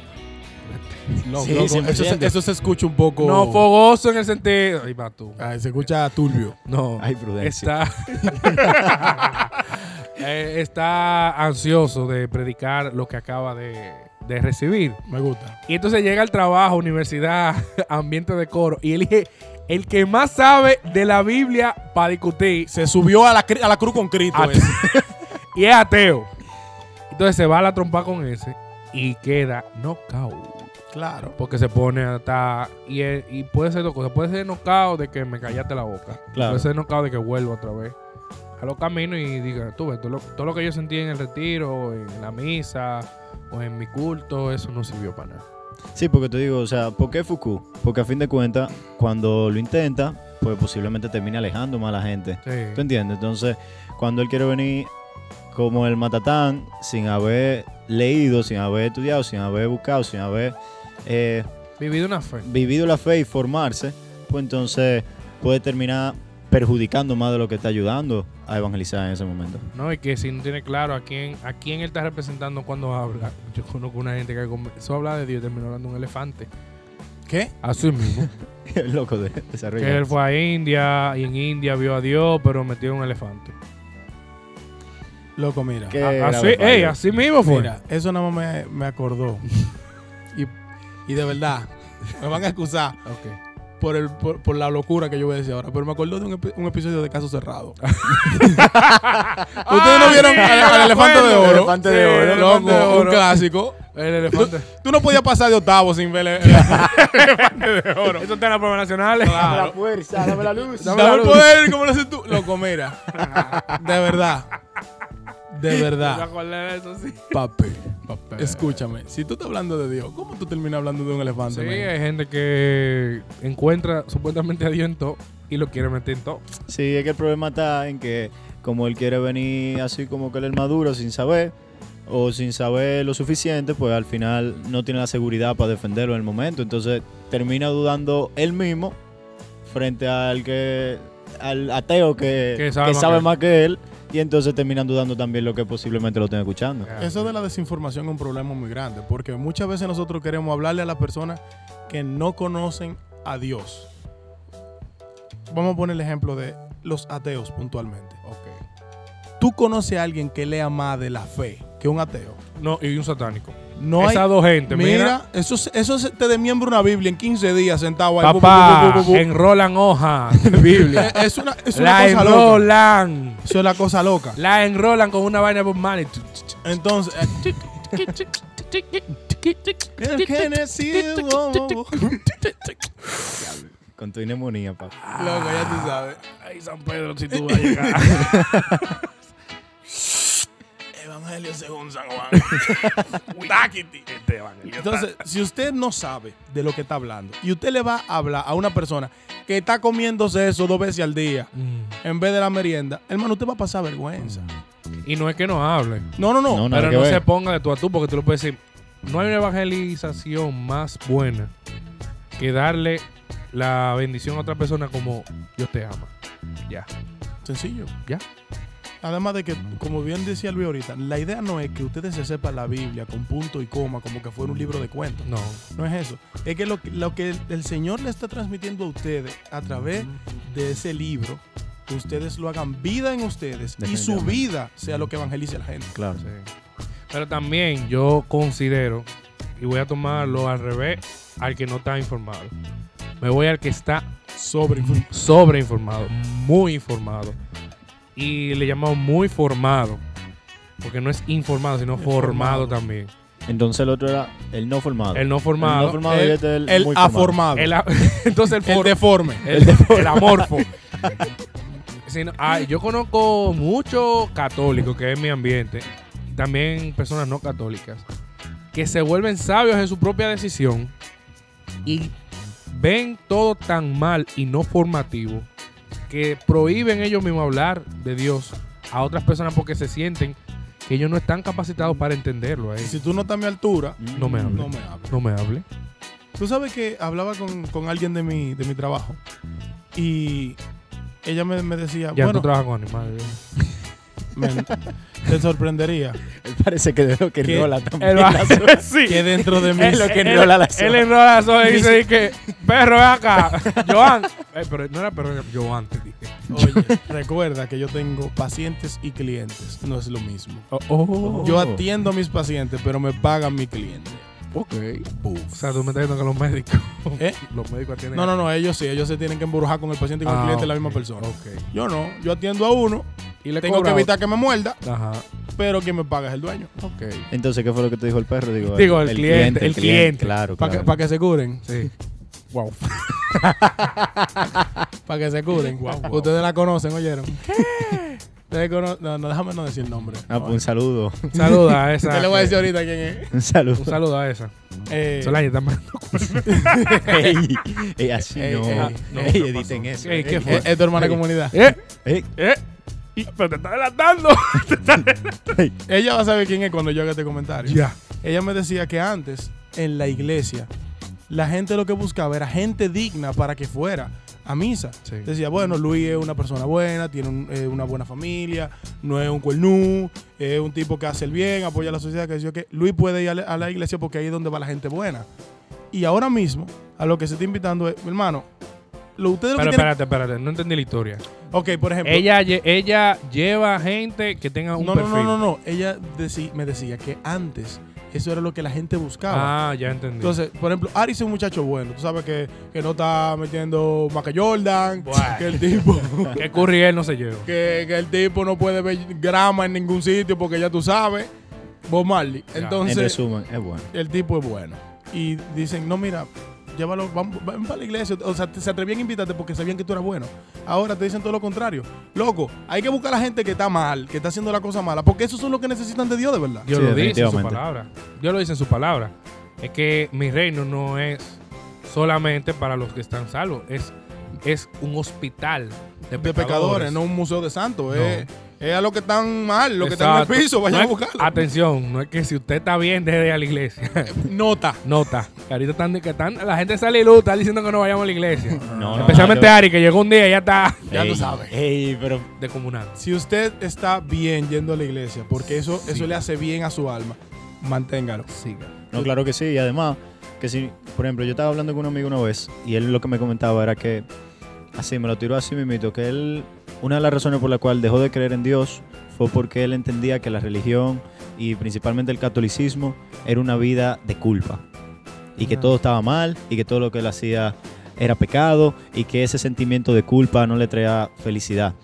[SPEAKER 2] No,
[SPEAKER 3] Sí,
[SPEAKER 2] loco,
[SPEAKER 3] 100%.
[SPEAKER 2] eso, se, eso se escucha un poco.
[SPEAKER 1] No, fogoso en el sentido. Ahí va tú.
[SPEAKER 2] Ay, se escucha turbio.
[SPEAKER 1] No.
[SPEAKER 3] Ay, prudencia.
[SPEAKER 1] Está, Eh, está ansioso de predicar lo que acaba de, de recibir.
[SPEAKER 2] Me gusta.
[SPEAKER 1] Y entonces llega al trabajo, universidad, ambiente de coro, y elige el que más sabe de la Biblia para discutir,
[SPEAKER 2] Se subió a la, cri- a la cruz con Cristo.
[SPEAKER 1] Ate-
[SPEAKER 2] ese.
[SPEAKER 1] y es ateo. Entonces se va a la trompa con ese y queda knockout.
[SPEAKER 2] Claro.
[SPEAKER 1] Porque se pone hasta. Y, es- y puede ser dos cosas. Puede ser knockout de que me callaste la boca.
[SPEAKER 3] Claro.
[SPEAKER 1] Puede ser knockout de que vuelvo otra vez a los caminos y diga, tú ves, todo lo, todo lo que yo sentí en el retiro, en la misa o en mi culto, eso no sirvió para nada.
[SPEAKER 3] Sí, porque te digo, o sea, ¿por qué Foucault? Porque a fin de cuentas, cuando lo intenta, pues posiblemente termina alejando más a la gente.
[SPEAKER 1] Sí.
[SPEAKER 3] ¿Tú entiendes? Entonces, cuando él quiere venir como el matatán, sin haber leído, sin haber estudiado, sin haber buscado, sin haber eh,
[SPEAKER 1] Vivido una fe.
[SPEAKER 3] vivido la fe y formarse, pues entonces puede terminar perjudicando más de lo que está ayudando a evangelizar en ese momento.
[SPEAKER 1] No, y que si no tiene claro a quién, a quién él está representando cuando habla. Yo conozco una gente que comenzó a hablar de Dios y terminó hablando de un elefante.
[SPEAKER 2] ¿Qué?
[SPEAKER 1] Así mismo.
[SPEAKER 3] El loco de
[SPEAKER 1] que
[SPEAKER 3] desarrollar.
[SPEAKER 1] él fue a India y en India vio a Dios, pero metió un elefante.
[SPEAKER 2] Loco, mira.
[SPEAKER 3] Qué
[SPEAKER 1] A- Ah, Así,
[SPEAKER 3] grave fallo.
[SPEAKER 1] ey, así mismo fue.
[SPEAKER 2] Mira, eso nada más me, me acordó. Y, y de verdad, me van a excusar
[SPEAKER 1] Ok.
[SPEAKER 2] por, el, por, por la locura que yo voy a decir ahora. Pero me acordó de un, epi- un episodio de Caso Cerrado. ¿Ustedes no
[SPEAKER 1] Ah,
[SPEAKER 2] vieron
[SPEAKER 1] sí,
[SPEAKER 2] al,
[SPEAKER 1] yo
[SPEAKER 2] al
[SPEAKER 1] me
[SPEAKER 2] elefante de
[SPEAKER 1] acuerdo.
[SPEAKER 2] oro?
[SPEAKER 3] Elefante de
[SPEAKER 1] Sí,
[SPEAKER 3] oro.
[SPEAKER 1] el
[SPEAKER 2] Loco,
[SPEAKER 1] elefante de oro.
[SPEAKER 2] un clásico.
[SPEAKER 1] El elefante.
[SPEAKER 2] Tú no podías pasar de octavo sin ver el- el-
[SPEAKER 1] Eso está en las pruebas nacionales.
[SPEAKER 3] Dame la fuerza, dame la luz.
[SPEAKER 1] Dame la
[SPEAKER 2] Dame el
[SPEAKER 1] luz.
[SPEAKER 2] poder, ¿cómo lo haces tú? Loco, mira. De verdad. De
[SPEAKER 1] Me
[SPEAKER 2] verdad.
[SPEAKER 1] acordé de eso, sí.
[SPEAKER 2] Papi. Escúchame. Si tú estás hablando de Dios, ¿cómo tú terminas hablando de un elefante?
[SPEAKER 1] Sí,
[SPEAKER 2] men?
[SPEAKER 1] hay gente que encuentra supuestamente a Dios en todo y lo quiere meter en todo.
[SPEAKER 3] Sí, es que el problema está en que como él quiere venir así como que él es maduro sin saber o sin saber lo suficiente, pues al final no tiene la seguridad para defenderlo en el momento. Entonces termina dudando él mismo frente al que al ateo que,
[SPEAKER 1] Que sabe
[SPEAKER 3] que
[SPEAKER 1] más
[SPEAKER 3] sabe
[SPEAKER 1] que él.
[SPEAKER 3] más que él y entonces terminan dudando también lo que posiblemente lo estén escuchando.
[SPEAKER 2] Eso de la desinformación es un problema muy grande, porque muchas veces nosotros queremos hablarle a las personas que no conocen a Dios. Vamos a poner el ejemplo de los ateos puntualmente. ¿Tú conoces a alguien que lea más de la fe que un ateo?
[SPEAKER 1] No, y un satánico.
[SPEAKER 2] No
[SPEAKER 1] Esas dos gente, mira.
[SPEAKER 2] Mira, eso, se- eso se te desmiembra una Biblia en 15 días sentado ahí. Bu, bu,
[SPEAKER 1] Papá,
[SPEAKER 2] bu, bu, bu, bu.
[SPEAKER 1] enrolan hoja. Biblia.
[SPEAKER 2] Es una, es una
[SPEAKER 1] La
[SPEAKER 2] cosa loca.
[SPEAKER 1] enrolan.
[SPEAKER 2] Eso es la cosa loca.
[SPEAKER 1] La enrolan con una vaina de Bob Marley.
[SPEAKER 2] Entonces. eh, El Génesis, bu, bu, bu.
[SPEAKER 3] Con tu neumonía,
[SPEAKER 1] Ah,
[SPEAKER 3] papá.
[SPEAKER 2] Loco, ya tú sabes.
[SPEAKER 1] Ay, San Pedro, si tú vas a llegar.
[SPEAKER 2] Evangelio según San Juan.
[SPEAKER 1] Táquiti. Este evangelio está-
[SPEAKER 2] Entonces, si usted no sabe de lo que está hablando y usted le va a hablar a una persona que está comiéndose eso dos veces al día
[SPEAKER 1] Mm.
[SPEAKER 2] en vez de la merienda, hermano, usted va a pasar vergüenza.
[SPEAKER 1] Y no es que no hable.
[SPEAKER 2] No, no, no.
[SPEAKER 3] No, nada
[SPEAKER 1] Pero
[SPEAKER 3] que
[SPEAKER 1] Mm. no
[SPEAKER 3] ver.
[SPEAKER 1] se ponga de tú a tú porque tú lo puedes decir. No hay una evangelización más buena que darle la bendición a otra persona como Dios te ama. Ya.
[SPEAKER 2] Sencillo.
[SPEAKER 1] Ya.
[SPEAKER 2] Además de que, como bien decía Luis ahorita, la idea no es que ustedes se sepan la Biblia con punto y coma como que fuera un libro de cuentos.
[SPEAKER 1] No.
[SPEAKER 2] No es eso. Es que lo, que- lo que el Señor le está transmitiendo a ustedes a través de ese libro, que ustedes lo hagan vida en ustedes y su
[SPEAKER 3] Definitivamente.
[SPEAKER 2] vida sea lo que evangelice a la gente.
[SPEAKER 3] Claro.
[SPEAKER 1] Sí. Pero también yo considero, y voy a tomarlo al revés, al que no está informado. Me voy al que está
[SPEAKER 2] Sobre.
[SPEAKER 1] sobreinformado, muy informado. Y le llamamos muy formado. Porque no es informado, sino
[SPEAKER 2] Es
[SPEAKER 1] formado,
[SPEAKER 2] formado.
[SPEAKER 1] también.
[SPEAKER 3] Entonces el otro era el no formado.
[SPEAKER 1] El no
[SPEAKER 3] El no
[SPEAKER 1] formado.
[SPEAKER 3] formado y
[SPEAKER 2] El-
[SPEAKER 3] este es el,
[SPEAKER 2] El
[SPEAKER 3] muy formado.
[SPEAKER 2] aformado.
[SPEAKER 1] El a- entonces el,
[SPEAKER 2] el
[SPEAKER 1] for-
[SPEAKER 2] deforme.
[SPEAKER 1] el- el amorfo. Sí, no, ah, yo conozco muchos católicos, que es mi ambiente, también personas no católicas, que se vuelven sabios en su propia decisión y ven todo tan mal y no formativo que prohíben ellos mismos hablar de Dios a otras personas porque se sienten que ellos no están capacitados para entenderlo. eh.
[SPEAKER 2] Si tú no estás a mi altura,
[SPEAKER 1] No me hable.
[SPEAKER 2] no me hables.
[SPEAKER 1] No me hable.
[SPEAKER 2] Tú sabes que hablaba con, con alguien de mi, de mi trabajo y ella me, me decía,
[SPEAKER 1] Ya tú
[SPEAKER 2] bueno,
[SPEAKER 1] trabajas con animales. ¿eh?
[SPEAKER 2] men, te sorprendería
[SPEAKER 3] Él parece que de lo que
[SPEAKER 2] ¿Qué?
[SPEAKER 3] rola también.
[SPEAKER 1] Él va- sí.
[SPEAKER 2] que dentro de mí...
[SPEAKER 3] Es lo que enrola la soga.
[SPEAKER 1] Él enrola la soga y dice di que, perro, ven acá. Joan. Eh, pero no era perro, era Joan, te dije.
[SPEAKER 2] Oye, recuerda que yo tengo pacientes y clientes, no es lo mismo.
[SPEAKER 1] Oh, oh,
[SPEAKER 2] Yo atiendo a mis pacientes, pero me pagan mi cliente.
[SPEAKER 1] Ok. O sea, tú me estás diciendo que los médicos.
[SPEAKER 2] ¿Eh?
[SPEAKER 1] Los médicos atienden.
[SPEAKER 2] No, no, no, ellos sí, ellos se tienen que emburjar con el paciente y con
[SPEAKER 1] Ah,
[SPEAKER 2] el cliente es la
[SPEAKER 1] ok,
[SPEAKER 2] misma persona.
[SPEAKER 1] Ok.
[SPEAKER 2] Yo no, yo atiendo a uno,
[SPEAKER 1] Y le
[SPEAKER 2] tengo que
[SPEAKER 1] cobra
[SPEAKER 2] evitar que me muerda,
[SPEAKER 1] otro. Ajá.
[SPEAKER 2] pero quien me paga es el dueño.
[SPEAKER 1] Ok.
[SPEAKER 3] Entonces, ¿qué fue lo que te dijo el perro? Digo,
[SPEAKER 1] Digo, el cliente, el cliente.
[SPEAKER 3] Claro,
[SPEAKER 2] Para
[SPEAKER 3] claro.
[SPEAKER 2] que, pa' que se curen,
[SPEAKER 1] Sí. Wow.
[SPEAKER 2] para que se curen.
[SPEAKER 1] Guau, guau.
[SPEAKER 2] Ustedes la conocen, oyeron. Te cono- No, no, déjame no decir el nombre.
[SPEAKER 3] Ah, pues un saludo.
[SPEAKER 1] Saluda a esa.
[SPEAKER 2] Te le voy a decir ahorita quién es.
[SPEAKER 3] Un saludo.
[SPEAKER 1] Un saludo a esa.
[SPEAKER 2] Eh,
[SPEAKER 1] Solange, está mal.
[SPEAKER 3] ey, ey, así
[SPEAKER 2] Ey,
[SPEAKER 3] no.
[SPEAKER 2] ey,
[SPEAKER 3] no,
[SPEAKER 1] no,
[SPEAKER 3] ey,
[SPEAKER 1] ¿qué
[SPEAKER 3] editen
[SPEAKER 1] pasó?
[SPEAKER 3] eso.
[SPEAKER 1] Ey, ¿qué fue?
[SPEAKER 2] Eh, es, es tu hermana de comunidad.
[SPEAKER 1] ¡Eh!
[SPEAKER 3] Ey,
[SPEAKER 1] ¡Eh! Y- pero te está adelantando.
[SPEAKER 3] ey.
[SPEAKER 2] Ella va a saber quién es cuando yo haga este comentario.
[SPEAKER 1] ya.
[SPEAKER 2] Ella me decía que antes, en la iglesia, la gente lo que buscaba era gente digna para que fuera a misa.
[SPEAKER 1] Sí.
[SPEAKER 2] Decía, bueno, Luis es una persona buena, tiene un- eh, una buena familia, no es un cuernú, es un tipo que hace el bien, apoya a la sociedad, que decía que Luis puede ir a la, a la iglesia porque ahí es donde va la gente buena. Y ahora mismo, a lo que se está invitando es, mi hermano, lo ustedes lo
[SPEAKER 1] Pero
[SPEAKER 2] que tienen-
[SPEAKER 1] espérate, espérate. No entendí la historia.
[SPEAKER 2] Ok, por ejemplo.
[SPEAKER 1] Ella, lle- ella lleva gente que tenga un
[SPEAKER 2] no, no,
[SPEAKER 1] perfil.
[SPEAKER 2] no, no, no. Ella decí- me decía que antes eso era lo que la gente buscaba.
[SPEAKER 1] Ah, ya entendí.
[SPEAKER 2] Entonces, por ejemplo, Ari es un muchacho bueno. Tú sabes que, que no está metiendo más que Jordan.
[SPEAKER 1] Buah.
[SPEAKER 2] Que el tipo.
[SPEAKER 1] que Curry él no se lleva.
[SPEAKER 2] que, que el tipo no puede ver grama en ningún sitio porque ya tú sabes. Bob Marley.
[SPEAKER 1] Ya.
[SPEAKER 3] En
[SPEAKER 2] Entonces,
[SPEAKER 3] resumen, es bueno.
[SPEAKER 2] el tipo es bueno. Y dicen, no, mira, llévalo, vamos, ven para la iglesia. O sea, te- se atrevían a invitarte porque sabían que tú eras bueno. Ahora te dicen todo lo contrario. Loco, hay que buscar a la gente que está mal, que está haciendo la cosa mala, porque esos son los que necesitan de Dios, de verdad.
[SPEAKER 1] Dios
[SPEAKER 3] Sí,
[SPEAKER 1] lo dice en su
[SPEAKER 3] definitivamente.
[SPEAKER 1] palabra. Dios lo dice en su palabra. Es que mi reino no es solamente para los que están salvos. Es, es un hospital de pecadores.
[SPEAKER 2] de pecadores, no un museo de santos. Es, es a los que están mal, los que están en
[SPEAKER 1] Exacto.
[SPEAKER 2] el piso, vayan
[SPEAKER 1] No
[SPEAKER 2] a
[SPEAKER 1] es-
[SPEAKER 2] buscarlo.
[SPEAKER 1] Atención, no es que si usted está bien, deje de ir a la iglesia.
[SPEAKER 2] Nota.
[SPEAKER 1] Nota. Que ahorita están, que están, la gente sale y luz, está diciendo que no vayamos a la iglesia.
[SPEAKER 3] No, no,
[SPEAKER 1] Especialmente
[SPEAKER 2] Ah,
[SPEAKER 3] no,
[SPEAKER 1] Ari, que llegó un día y ya está
[SPEAKER 3] yo-
[SPEAKER 2] ya tú
[SPEAKER 3] ey,
[SPEAKER 2] sabes.
[SPEAKER 3] Ey, pero
[SPEAKER 1] descomunado.
[SPEAKER 2] Si usted está bien yendo a la iglesia, porque eso, eso le hace bien a su alma, manténgalo.
[SPEAKER 1] Siga.
[SPEAKER 3] No, claro que sí. Y además, que si, por ejemplo, yo estaba hablando con un amigo una vez y él lo que me comentaba era que, así me lo tiró así mismito, que él, una de las razones por la cual dejó de creer en Dios fue porque él entendía que la religión y principalmente el catolicismo era una vida de culpa. Y que
[SPEAKER 1] Ah.
[SPEAKER 3] todo estaba mal y que todo lo que él hacía era pecado y que ese sentimiento de culpa no le traía felicidad.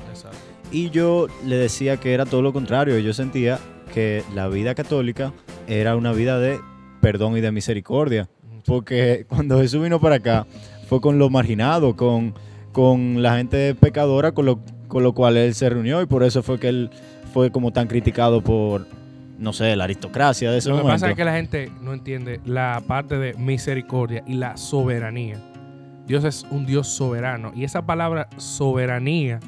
[SPEAKER 3] Y yo le decía que era todo lo contrario. Yo sentía que la vida católica era una vida de perdón y de misericordia. Porque cuando Jesús vino para acá, fue con los marginados, con, con la gente pecadora, con lo, con lo cual él se reunió. Y por eso fue que él fue como tan criticado por, no sé, la aristocracia de ese
[SPEAKER 1] Lo que
[SPEAKER 3] momento.
[SPEAKER 1] pasa es que la gente no entiende la parte de misericordia y la soberanía. Dios es un Dios soberano. Y esa palabra soberanía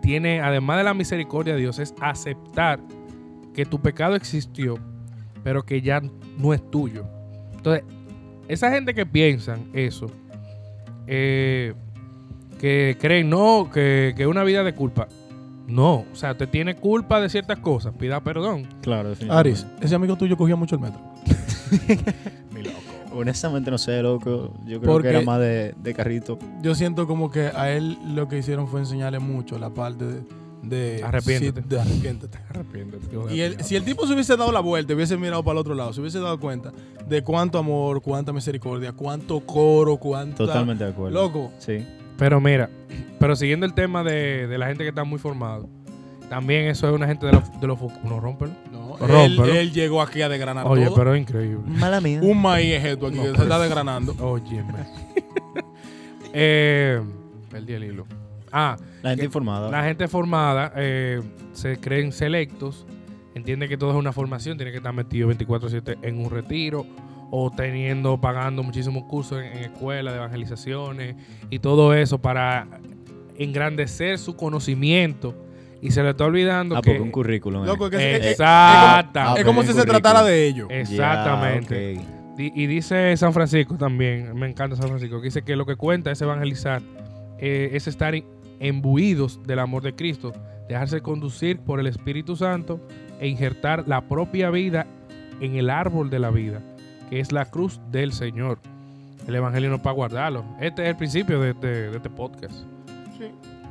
[SPEAKER 1] tiene, además de la misericordia de Dios, es aceptar que tu pecado existió, pero que ya no es tuyo. Entonces, esa gente que piensan eso, eh, que creen, no, que es una vida de culpa. No, o sea, te tiene culpa de ciertas cosas, pida perdón.
[SPEAKER 3] Claro, definitivamente.
[SPEAKER 2] Aris, ese amigo tuyo cogía mucho el metro.
[SPEAKER 3] Honestamente no sé, loco. Yo creo
[SPEAKER 2] Porque-
[SPEAKER 3] que era más de, de carrito.
[SPEAKER 2] Yo siento como que a él lo que hicieron fue enseñarle mucho la parte de... de
[SPEAKER 1] Arrepiéntete.
[SPEAKER 2] sí, de arrepiéntete. Y el- si el tipo se hubiese dado la vuelta, hubiese mirado para el otro lado, se hubiese dado cuenta de cuánto amor, cuánta misericordia, cuánto coro, cuánta...
[SPEAKER 3] Totalmente de acuerdo.
[SPEAKER 2] Loco,
[SPEAKER 3] Sí.
[SPEAKER 1] Pero mira, pero siguiendo el tema de, de la gente que está muy formada, también eso es una gente de los de los fu- no rómpelo.
[SPEAKER 2] no, él,
[SPEAKER 1] Rómpelo.
[SPEAKER 2] él llegó aquí a desgranar
[SPEAKER 1] Oye,
[SPEAKER 2] todo.
[SPEAKER 1] pero es increíble.
[SPEAKER 3] Mala mía.
[SPEAKER 2] Un maíz es esto aquí
[SPEAKER 1] No,
[SPEAKER 2] que se
[SPEAKER 1] pues.
[SPEAKER 2] está desgranando.
[SPEAKER 1] Óyeme. eh, perdí el hilo. Ah,
[SPEAKER 3] La gente informada.
[SPEAKER 1] la gente formada eh, se creen selectos, entiende que todo es una formación, tiene que estar metido 24/7 en un retiro o teniendo, pagando muchísimos cursos en, en escuelas de evangelizaciones y todo eso para engrandecer su conocimiento y se le está olvidando
[SPEAKER 3] Ah,
[SPEAKER 1] que
[SPEAKER 3] porque un currículum. eh.
[SPEAKER 2] Loco, que es- es- es-
[SPEAKER 1] Exacta-
[SPEAKER 3] Ah,
[SPEAKER 2] es como
[SPEAKER 3] pero
[SPEAKER 2] si
[SPEAKER 3] un
[SPEAKER 2] se tratara
[SPEAKER 3] currículum.
[SPEAKER 2] de ellos.
[SPEAKER 1] exactamente.
[SPEAKER 3] Ya, ok.
[SPEAKER 1] Di- Y dice San Francisco también, me encanta San Francisco, que dice que lo que cuenta es evangelizar, eh, es estar i- imbuidos del amor de Cristo, dejarse conducir por el Espíritu Santo e injertar la propia vida en el árbol de la vida, que es la cruz del Señor. El Evangelio no es para guardarlo. Este es el principio de, este- de este podcast.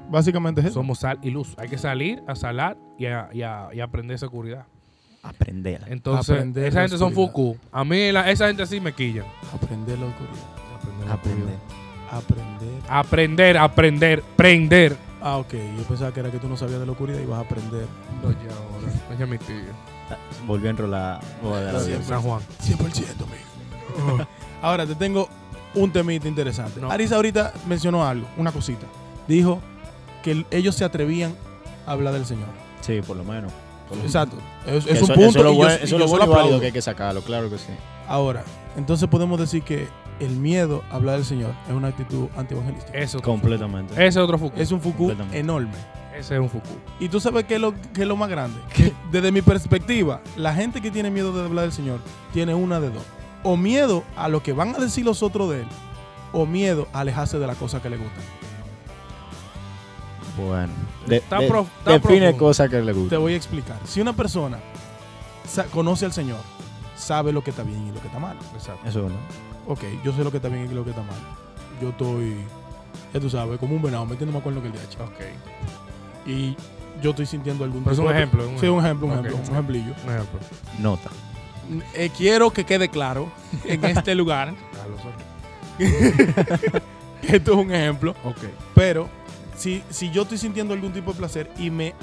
[SPEAKER 2] Básicamente es eso.
[SPEAKER 1] Somos sal y luz. Hay que salir a salar y a, y a- y a aprender seguridad.
[SPEAKER 3] Aprender.
[SPEAKER 1] Entonces,
[SPEAKER 2] Aprender
[SPEAKER 1] esa
[SPEAKER 2] la
[SPEAKER 1] gente son
[SPEAKER 2] oscuridad.
[SPEAKER 1] Fuku. A mí la- esa gente sí me quilla.
[SPEAKER 2] Aprender la oscuridad.
[SPEAKER 3] Aprender.
[SPEAKER 2] Aprender.
[SPEAKER 1] Aprender, aprender, prender.
[SPEAKER 2] Ah, ok. Yo pensaba que era que tú no sabías de la oscuridad y vas a aprender.
[SPEAKER 1] Oye, ahora. Oye, mi tío.
[SPEAKER 3] Volvió a enrolar. o a la-
[SPEAKER 2] Gracias.
[SPEAKER 1] San Juan.
[SPEAKER 2] 100%, amigo. Ahora te tengo un temita interesante.
[SPEAKER 1] No.
[SPEAKER 2] Arisa ahorita mencionó algo, una cosita. Dijo que el- ellos se atrevían habla del Señor.
[SPEAKER 3] Sí, por lo menos. Por lo-
[SPEAKER 2] Exacto. Es, es
[SPEAKER 3] Eso-
[SPEAKER 2] un
[SPEAKER 3] eso
[SPEAKER 2] punto
[SPEAKER 3] es lo
[SPEAKER 2] y yo-
[SPEAKER 3] bueno-
[SPEAKER 2] y
[SPEAKER 3] eso es
[SPEAKER 2] yo
[SPEAKER 3] lo
[SPEAKER 2] se
[SPEAKER 3] bueno y
[SPEAKER 2] aplaudo.
[SPEAKER 3] válido que hay que sacarlo, claro que sí.
[SPEAKER 2] Ahora, entonces podemos decir que el miedo a hablar del Señor es una actitud antievangelista.
[SPEAKER 1] Eso.
[SPEAKER 3] Completamente.
[SPEAKER 1] Ese es otro Fuku.
[SPEAKER 2] Es un fuku
[SPEAKER 3] Completamente.
[SPEAKER 2] enorme.
[SPEAKER 1] Ese es un Fuku.
[SPEAKER 2] Y tú sabes qué es lo, qué es lo más grande. Que desde mi perspectiva, la gente que tiene miedo de hablar del Señor tiene una de dos. O miedo a lo que van a decir los otros de él, o miedo a alejarse de la cosa que le gusta.
[SPEAKER 3] Bueno.
[SPEAKER 1] Está prof- está
[SPEAKER 3] define
[SPEAKER 1] profundo.
[SPEAKER 3] cosas que le
[SPEAKER 2] Te
[SPEAKER 3] gustan.
[SPEAKER 2] voy a explicar. Si una persona sa- conoce al Señor, sabe lo que está bien y lo que está mal.
[SPEAKER 1] Exacto.
[SPEAKER 3] Eso es verdad.
[SPEAKER 2] Ok, yo sé lo que está bien y lo que está mal. Yo estoy, ya tú sabes, como un venado, metiéndome con lo que el DH.
[SPEAKER 1] Ok.
[SPEAKER 2] Y yo estoy sintiendo algún
[SPEAKER 1] Pero es
[SPEAKER 2] tipo
[SPEAKER 1] un
[SPEAKER 2] de-
[SPEAKER 1] ejemplo, un
[SPEAKER 2] Sí, un ejemplo, un
[SPEAKER 1] Ok.
[SPEAKER 2] ejemplo, un ejemplillo.
[SPEAKER 1] Un ejemplo.
[SPEAKER 3] Nota.
[SPEAKER 2] Eh, quiero que quede claro en este lugar
[SPEAKER 1] A los otros.
[SPEAKER 2] Esto es un ejemplo.
[SPEAKER 1] Ok.
[SPEAKER 2] Pero si, si yo estoy sintiendo algún tipo de placer y me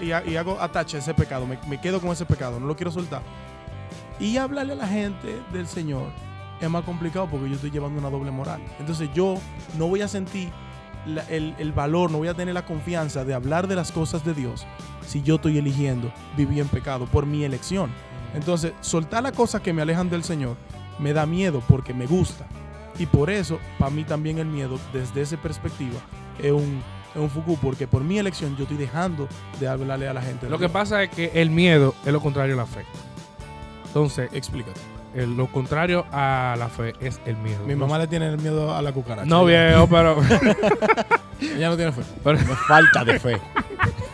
[SPEAKER 2] y, ha- y hago atache a ese pecado, me, me quedo con ese pecado, no lo quiero soltar. Y hablarle a la gente del Señor es más complicado porque yo estoy llevando una doble moral. Entonces yo no voy a sentir la- el, el valor, no voy a tener la confianza de hablar de las cosas de Dios si yo estoy eligiendo vivir en pecado por mi elección. Entonces, soltar las cosas que me alejan del Señor me da miedo porque me gusta. Y por eso, para mí también el miedo, desde esa perspectiva, es un, es un fuku, porque por mi elección yo estoy dejando de hablarle a la gente. de
[SPEAKER 1] Lo que
[SPEAKER 2] Dios.
[SPEAKER 1] pasa es que el miedo es lo contrario a la fe. Entonces,
[SPEAKER 2] Explícate.
[SPEAKER 1] el- lo contrario a la fe es el miedo.
[SPEAKER 2] Mi mamá le tiene el miedo a la cucaracha.
[SPEAKER 1] No
[SPEAKER 2] Ella-
[SPEAKER 1] viejo, pero,
[SPEAKER 2] Ella no tiene fe.
[SPEAKER 1] pero
[SPEAKER 3] Falta de fe.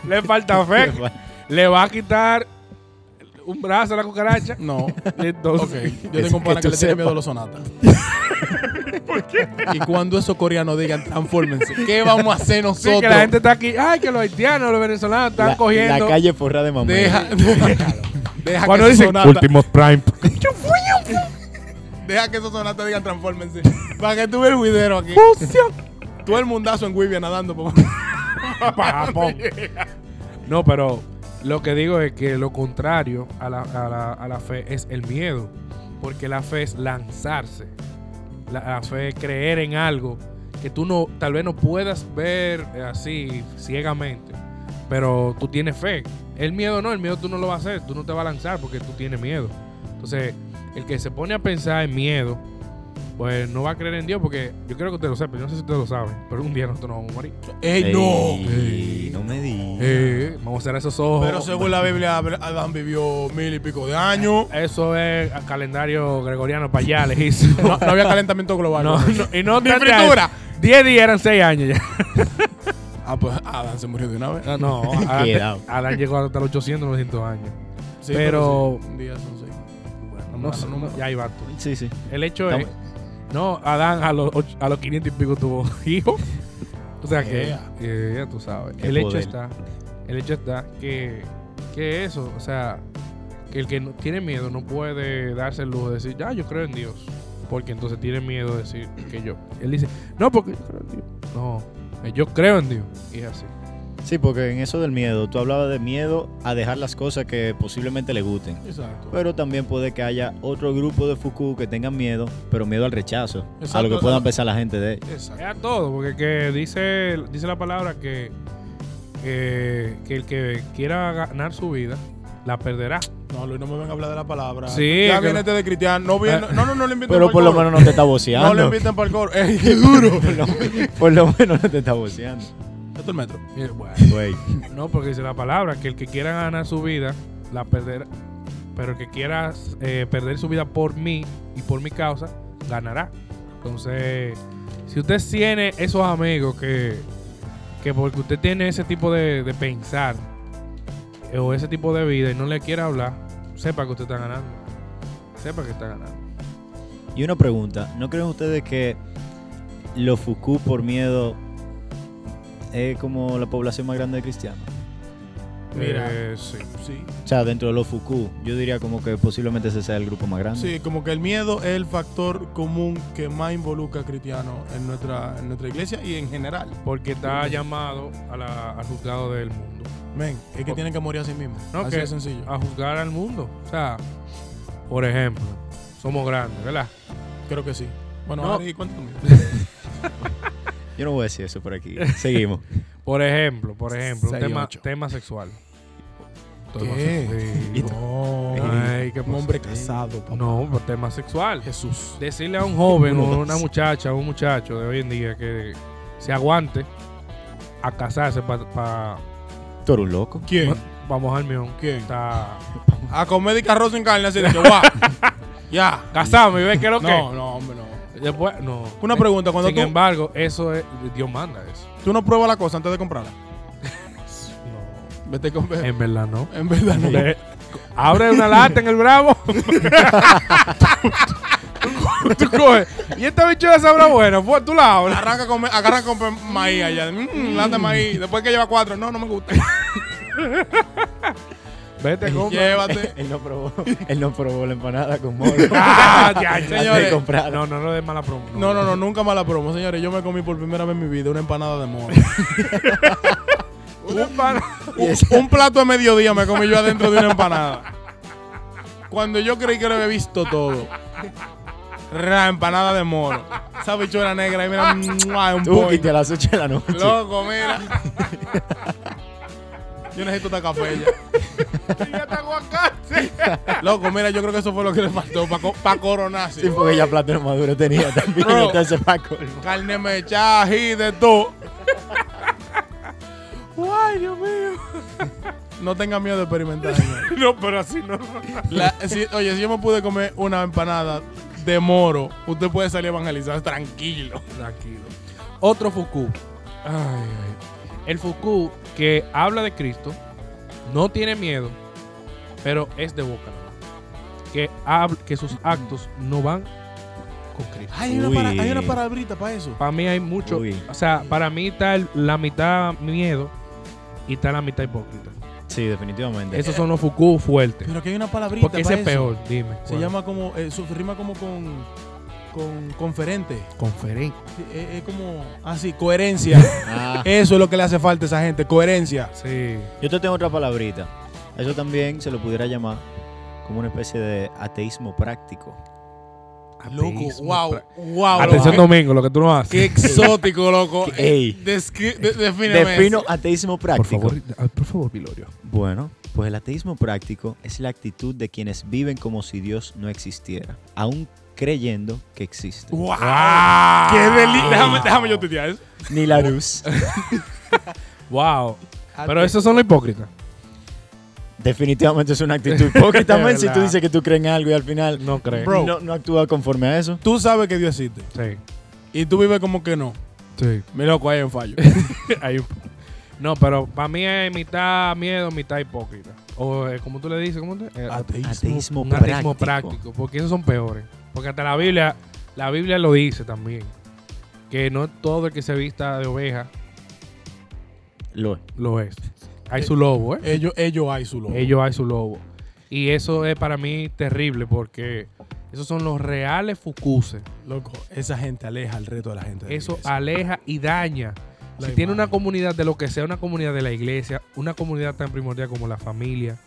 [SPEAKER 1] le falta fe. Le va a quitar un brazo a la cucaracha.
[SPEAKER 2] No. Ok.
[SPEAKER 1] Entonces,
[SPEAKER 2] Yo tengo un pana que le tiene miedo a los sonatas. ¿Por qué? Y cuando esos coreanos digan, transfórmense, ¿qué vamos a hacer
[SPEAKER 1] sí,
[SPEAKER 2] nosotros?
[SPEAKER 1] que la gente está aquí. Ay, que los haitianos, los venezolanos están
[SPEAKER 3] la,
[SPEAKER 1] cogiendo.
[SPEAKER 3] la calle forrada de mamá.
[SPEAKER 2] Deja, deja, deja
[SPEAKER 1] Cuando
[SPEAKER 2] que esos
[SPEAKER 1] dicen,
[SPEAKER 2] sonatas
[SPEAKER 1] Prime.
[SPEAKER 2] Deja que esos sonatas digan transfórmense. Para que tú veas el videro aquí. Todo el mundazo en Wibia nadando. papá.
[SPEAKER 1] No, pero lo que digo es que lo contrario a la, a la- a la fe es el miedo. Porque la fe es lanzarse. La, la fe es creer en algo que tú no, tal vez no puedas ver eh, así ciegamente. Pero tú tienes fe. El miedo no, el miedo tú no lo vas a hacer. Tú no te vas a lanzar porque tú tienes miedo. Entonces, el que se pone a pensar en miedo, pues no va a creer en Dios. Porque yo creo que usted lo sepa. Yo no sé si usted lo sabe. Pero un día nosotros nos vamos a morir.
[SPEAKER 2] ¡Ey, no!
[SPEAKER 1] Ey.
[SPEAKER 3] no me digas.
[SPEAKER 1] Eh, vamos a cerrar esos ojos.
[SPEAKER 2] Pero según la Biblia, Abra- Adán vivió mil y pico de años.
[SPEAKER 1] Eso es a calendario gregoriano para allá, lejísimo.
[SPEAKER 2] No, no había calentamiento global.
[SPEAKER 1] No,
[SPEAKER 2] ¿no?
[SPEAKER 1] no, y no
[SPEAKER 2] Ni
[SPEAKER 1] tanto a eso.
[SPEAKER 2] fritura.
[SPEAKER 1] 10 días eran 6 años ya.
[SPEAKER 2] Ah, pues Adán se murió de una vez.
[SPEAKER 1] No, no
[SPEAKER 3] Cuidado.
[SPEAKER 1] Adán, Adán llegó hasta los 800, 900 años.
[SPEAKER 2] Sí,
[SPEAKER 1] pero-
[SPEAKER 2] sí, un día son seis. Bueno,
[SPEAKER 1] No sé, no, ya iba tú.
[SPEAKER 3] Sí, sí.
[SPEAKER 1] El hecho es. No, Adán a los, och- a los 500 y pico tuvo hijo. O sea que.
[SPEAKER 2] Ea.
[SPEAKER 1] eh, ya tú sabes.
[SPEAKER 3] Qué
[SPEAKER 1] El hecho
[SPEAKER 3] poder.
[SPEAKER 1] está. El hecho está que. Que eso, o sea. Que el que no- tiene miedo no puede darse el lujo de decir, ya, yo creo en Dios. Porque entonces tiene miedo de decir que yo. Él dice, no, porque yo creo en Dios. No, eh, yo creo en Dios. Y es así.
[SPEAKER 3] Sí, porque en eso del miedo, tú hablabas de miedo a dejar las cosas que posiblemente le gusten.
[SPEAKER 2] Exacto.
[SPEAKER 3] Pero también puede que haya otro grupo de Fuku que tengan miedo, pero miedo al rechazo. A
[SPEAKER 2] Exacto,
[SPEAKER 3] lo que puedan
[SPEAKER 2] exacto.
[SPEAKER 3] pensar la gente de
[SPEAKER 1] Es
[SPEAKER 2] Exacto.
[SPEAKER 1] a todo, porque que dice, dice la palabra que, que, que el que quiera ganar su vida, la perderá.
[SPEAKER 2] No, Luis, no me vengan a hablar de la palabra.
[SPEAKER 1] Sí,
[SPEAKER 2] ya
[SPEAKER 1] que
[SPEAKER 2] viene
[SPEAKER 1] no-
[SPEAKER 2] este de cristiano. No, viene- no, no, no le inviten
[SPEAKER 3] Pero
[SPEAKER 2] pa'l
[SPEAKER 3] por lo
[SPEAKER 2] coro.
[SPEAKER 3] menos no te está
[SPEAKER 2] No le
[SPEAKER 3] boceando.
[SPEAKER 2] inviten para el coro. ¡Ey, qué duro!
[SPEAKER 3] por, lo, por lo menos no te está boceando.
[SPEAKER 2] Esto es el metro.
[SPEAKER 1] Eh, bueno.
[SPEAKER 3] Güey.
[SPEAKER 1] No, porque dice la palabra que el que quiera ganar su vida, la perderá. Pero el que quiera eh, perder su vida por mí y por mi causa, ganará. Entonces, si usted tiene esos amigos que, que porque usted tiene ese tipo de, de pensar eh, o ese tipo de vida y no le quiere hablar, sepa que usted está ganando. Sepa que está ganando.
[SPEAKER 3] Y una pregunta, ¿no creen ustedes que los Fuku por miedo es como la población más grande de cristianos?
[SPEAKER 2] Mira.
[SPEAKER 1] Eh, sí.
[SPEAKER 2] Sí.
[SPEAKER 3] O sea, dentro de los Fuku, yo diría como que posiblemente ese sea el grupo más grande.
[SPEAKER 2] Sí, como que el miedo es el factor común que más involucra a cristianos en nuestra, en nuestra iglesia y en general.
[SPEAKER 1] Porque está llamado a la- al juzgado del mundo.
[SPEAKER 2] Men, es que tienen que morir a sí mismos.
[SPEAKER 1] No,
[SPEAKER 2] Así
[SPEAKER 1] que-
[SPEAKER 2] de sencillo.
[SPEAKER 1] a juzgar al mundo. O sea, por ejemplo, somos grandes, ¿verdad?
[SPEAKER 2] Creo que sí. Bueno,
[SPEAKER 1] No.
[SPEAKER 2] Ari, ¿cuánto tú mides?
[SPEAKER 3] Yo no voy a decir eso por aquí. Seguimos.
[SPEAKER 1] Por ejemplo, por ejemplo, un
[SPEAKER 2] Seis,
[SPEAKER 1] tema,
[SPEAKER 2] ocho.
[SPEAKER 1] tema sexual. Tema
[SPEAKER 2] ¿Qué?
[SPEAKER 1] sexual. No, ay, ¿qué
[SPEAKER 2] un hombre
[SPEAKER 1] pasó?
[SPEAKER 2] casado, papá.
[SPEAKER 1] No, pero tema sexual.
[SPEAKER 2] Jesús.
[SPEAKER 1] Decirle a un joven
[SPEAKER 2] Uno,
[SPEAKER 1] o
[SPEAKER 2] dos.
[SPEAKER 1] una muchacha o un muchacho de hoy en día que se aguante a casarse para pa,
[SPEAKER 3] Tú eres un loco.
[SPEAKER 2] ¿Quién?
[SPEAKER 1] vamos al mión.
[SPEAKER 2] ¿Quién?
[SPEAKER 1] Está
[SPEAKER 2] A comer de arroz sin carne, así de que, guau. Ya.
[SPEAKER 1] casado, y ve que lo que.
[SPEAKER 2] No, no, hombre, no.
[SPEAKER 1] Después, no.
[SPEAKER 2] Una pregunta, cuando
[SPEAKER 1] Sin
[SPEAKER 2] tú-
[SPEAKER 1] embargo, eso es. Dios manda eso.
[SPEAKER 2] Tú no pruebas la cosa antes de comprarla.
[SPEAKER 1] No.
[SPEAKER 2] Vete con ver.
[SPEAKER 1] En verdad, no.
[SPEAKER 2] En verdad, no.
[SPEAKER 1] Le- abre una lata en el bravo. tú coges. Y esta bichuela sabrá bueno. Pues tú la abres.
[SPEAKER 2] Arranca con, agarra con maíz allá. Mm, lata de maíz. Después que lleva cuatro. No, no me gusta.
[SPEAKER 1] Vete, compra.
[SPEAKER 2] Llévate.
[SPEAKER 3] él, no probó, él no probó la empanada con moro.
[SPEAKER 1] Ah, ya,
[SPEAKER 2] Señores,
[SPEAKER 3] comprarla.
[SPEAKER 1] No, no, no de mala promo.
[SPEAKER 2] No, no, no, nunca mala promo, señores. Yo me comí por primera vez en mi vida una empanada de moro.
[SPEAKER 1] Una empanada.
[SPEAKER 2] un, un plato de mediodía me comí yo adentro de una empanada. Cuando yo creí que lo había visto todo. La empanada de moro. Esa bichuela negra y mira, ¡mua! un
[SPEAKER 3] Tú
[SPEAKER 2] pollo.
[SPEAKER 3] quité a las 8 de la noche.
[SPEAKER 2] Loco, mira. Yo necesito esta café ya. Loco, mira, yo creo que eso fue lo que le faltó para coronarse.
[SPEAKER 3] Sí, porque ya plátano maduro tenía también.
[SPEAKER 2] Bro.
[SPEAKER 3] Entonces, pa' colmo.
[SPEAKER 2] Carne mechada, ají, de todo. Ay, Dios mío. No tenga miedo de experimentar. señor.
[SPEAKER 1] No, pero así no.
[SPEAKER 2] La- si- oye, si yo me pude comer una empanada de moro, usted puede salir a evangelizar tranquilo.
[SPEAKER 1] Tranquilo. Otro Foucault. El Foucault que habla de Cristo, no tiene miedo, pero es de boca. Que, hab- que sus actos no van con Cristo.
[SPEAKER 2] Hay una,
[SPEAKER 3] Uy.
[SPEAKER 2] para- hay una palabrita para eso.
[SPEAKER 1] Para mí hay mucho.
[SPEAKER 3] Uy.
[SPEAKER 1] O sea, para mí está el- la mitad miedo y está la mitad hipócrita.
[SPEAKER 3] Sí, definitivamente.
[SPEAKER 1] Esos son los Foucault fuertes.
[SPEAKER 2] Pero que hay una palabrita
[SPEAKER 1] Porque
[SPEAKER 2] para
[SPEAKER 1] ese
[SPEAKER 2] eso.
[SPEAKER 1] es peor, dime.
[SPEAKER 2] Se
[SPEAKER 1] ¿cuál?
[SPEAKER 2] llama como, eh, su- rima como con, con conferente.
[SPEAKER 1] conferencia.
[SPEAKER 2] Sí, Es, es como, así, coherencia.
[SPEAKER 3] Ah,
[SPEAKER 2] eso es lo que le hace falta a esa gente, coherencia.
[SPEAKER 1] Sí.
[SPEAKER 3] yo te tengo otra palabrita. Eso también se lo pudiera llamar como una especie de ateísmo práctico.
[SPEAKER 2] Loco,
[SPEAKER 1] Ateísmo
[SPEAKER 2] wow,
[SPEAKER 1] pra-
[SPEAKER 2] wow.
[SPEAKER 1] Atención,
[SPEAKER 2] loco.
[SPEAKER 1] Domingo, lo que tú no haces.
[SPEAKER 2] Qué exótico, loco. Eh,
[SPEAKER 3] Ey.
[SPEAKER 2] Descri- de- defíneme eso.
[SPEAKER 3] Defino ateísmo
[SPEAKER 1] Por
[SPEAKER 3] práctico.
[SPEAKER 1] favor, ah, por favor, Vilorio.
[SPEAKER 3] Bueno, pues el ateísmo práctico es la actitud de quienes viven como si Dios no existiera, aún creyendo que existe.
[SPEAKER 2] Wow. Qué deli- Déjame, déjame yo tuitear eso.
[SPEAKER 3] Ni la luz.
[SPEAKER 1] Wow. Pero esos son los hipócritas.
[SPEAKER 3] Definitivamente es una actitud hipócrita.
[SPEAKER 1] De
[SPEAKER 3] man, si tú
[SPEAKER 1] verdad.
[SPEAKER 3] dices que tú crees en algo y al final
[SPEAKER 1] No creen.
[SPEAKER 2] Bro.
[SPEAKER 3] no, no actúa conforme a eso.
[SPEAKER 2] Tú sabes que Dios existe.
[SPEAKER 1] Sí.
[SPEAKER 2] Y tú vives como que no.
[SPEAKER 1] Sí.
[SPEAKER 2] Mi loco, ahí hay un fallo.
[SPEAKER 1] Hay un- No, pero para mí es mitad miedo, mitad hipócrita. O eh, como tú le dices, ¿cómo te? eh,
[SPEAKER 3] Ateísmo
[SPEAKER 1] un
[SPEAKER 3] práctico.
[SPEAKER 1] ateísmo práctico. Porque esos son peores. Porque hasta la Biblia, la Biblia lo dice también. Que no todo el que se vista de oveja
[SPEAKER 3] Lo-
[SPEAKER 1] lo es. Hay su lobo, ¿eh?
[SPEAKER 2] Ellos, ellos hay su loco.
[SPEAKER 1] Ellos hay su lobo. Y eso es para mí terrible porque esos son los reales fucuses.
[SPEAKER 2] Loco, esa gente aleja al reto de la gente. de la
[SPEAKER 1] Eso
[SPEAKER 2] iglesia.
[SPEAKER 1] aleja y daña.
[SPEAKER 2] La
[SPEAKER 1] si tiene una
[SPEAKER 2] imagen.
[SPEAKER 1] comunidad de lo que sea, una comunidad de la iglesia, una comunidad tan primordial como la familia,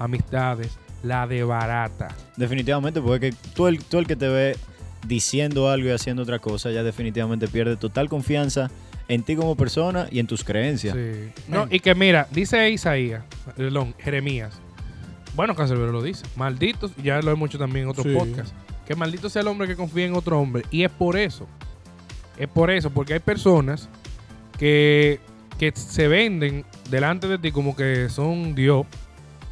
[SPEAKER 1] amistades, la de barata.
[SPEAKER 3] Definitivamente, porque tú el, tú el que te ve diciendo algo y haciendo otra cosa, ya definitivamente pierde total confianza en ti como persona y en tus creencias.
[SPEAKER 1] Sí. No, y que mira, dice Isaías, perdón, Jeremías. Bueno, Cancelero lo dice. Malditos, ya lo hemos hecho también en otros
[SPEAKER 2] Sí.
[SPEAKER 1] podcasts. Que maldito sea el hombre que confía en otro hombre. Y es por eso. Es por eso, porque hay personas que, que se venden delante de ti como que son Dios.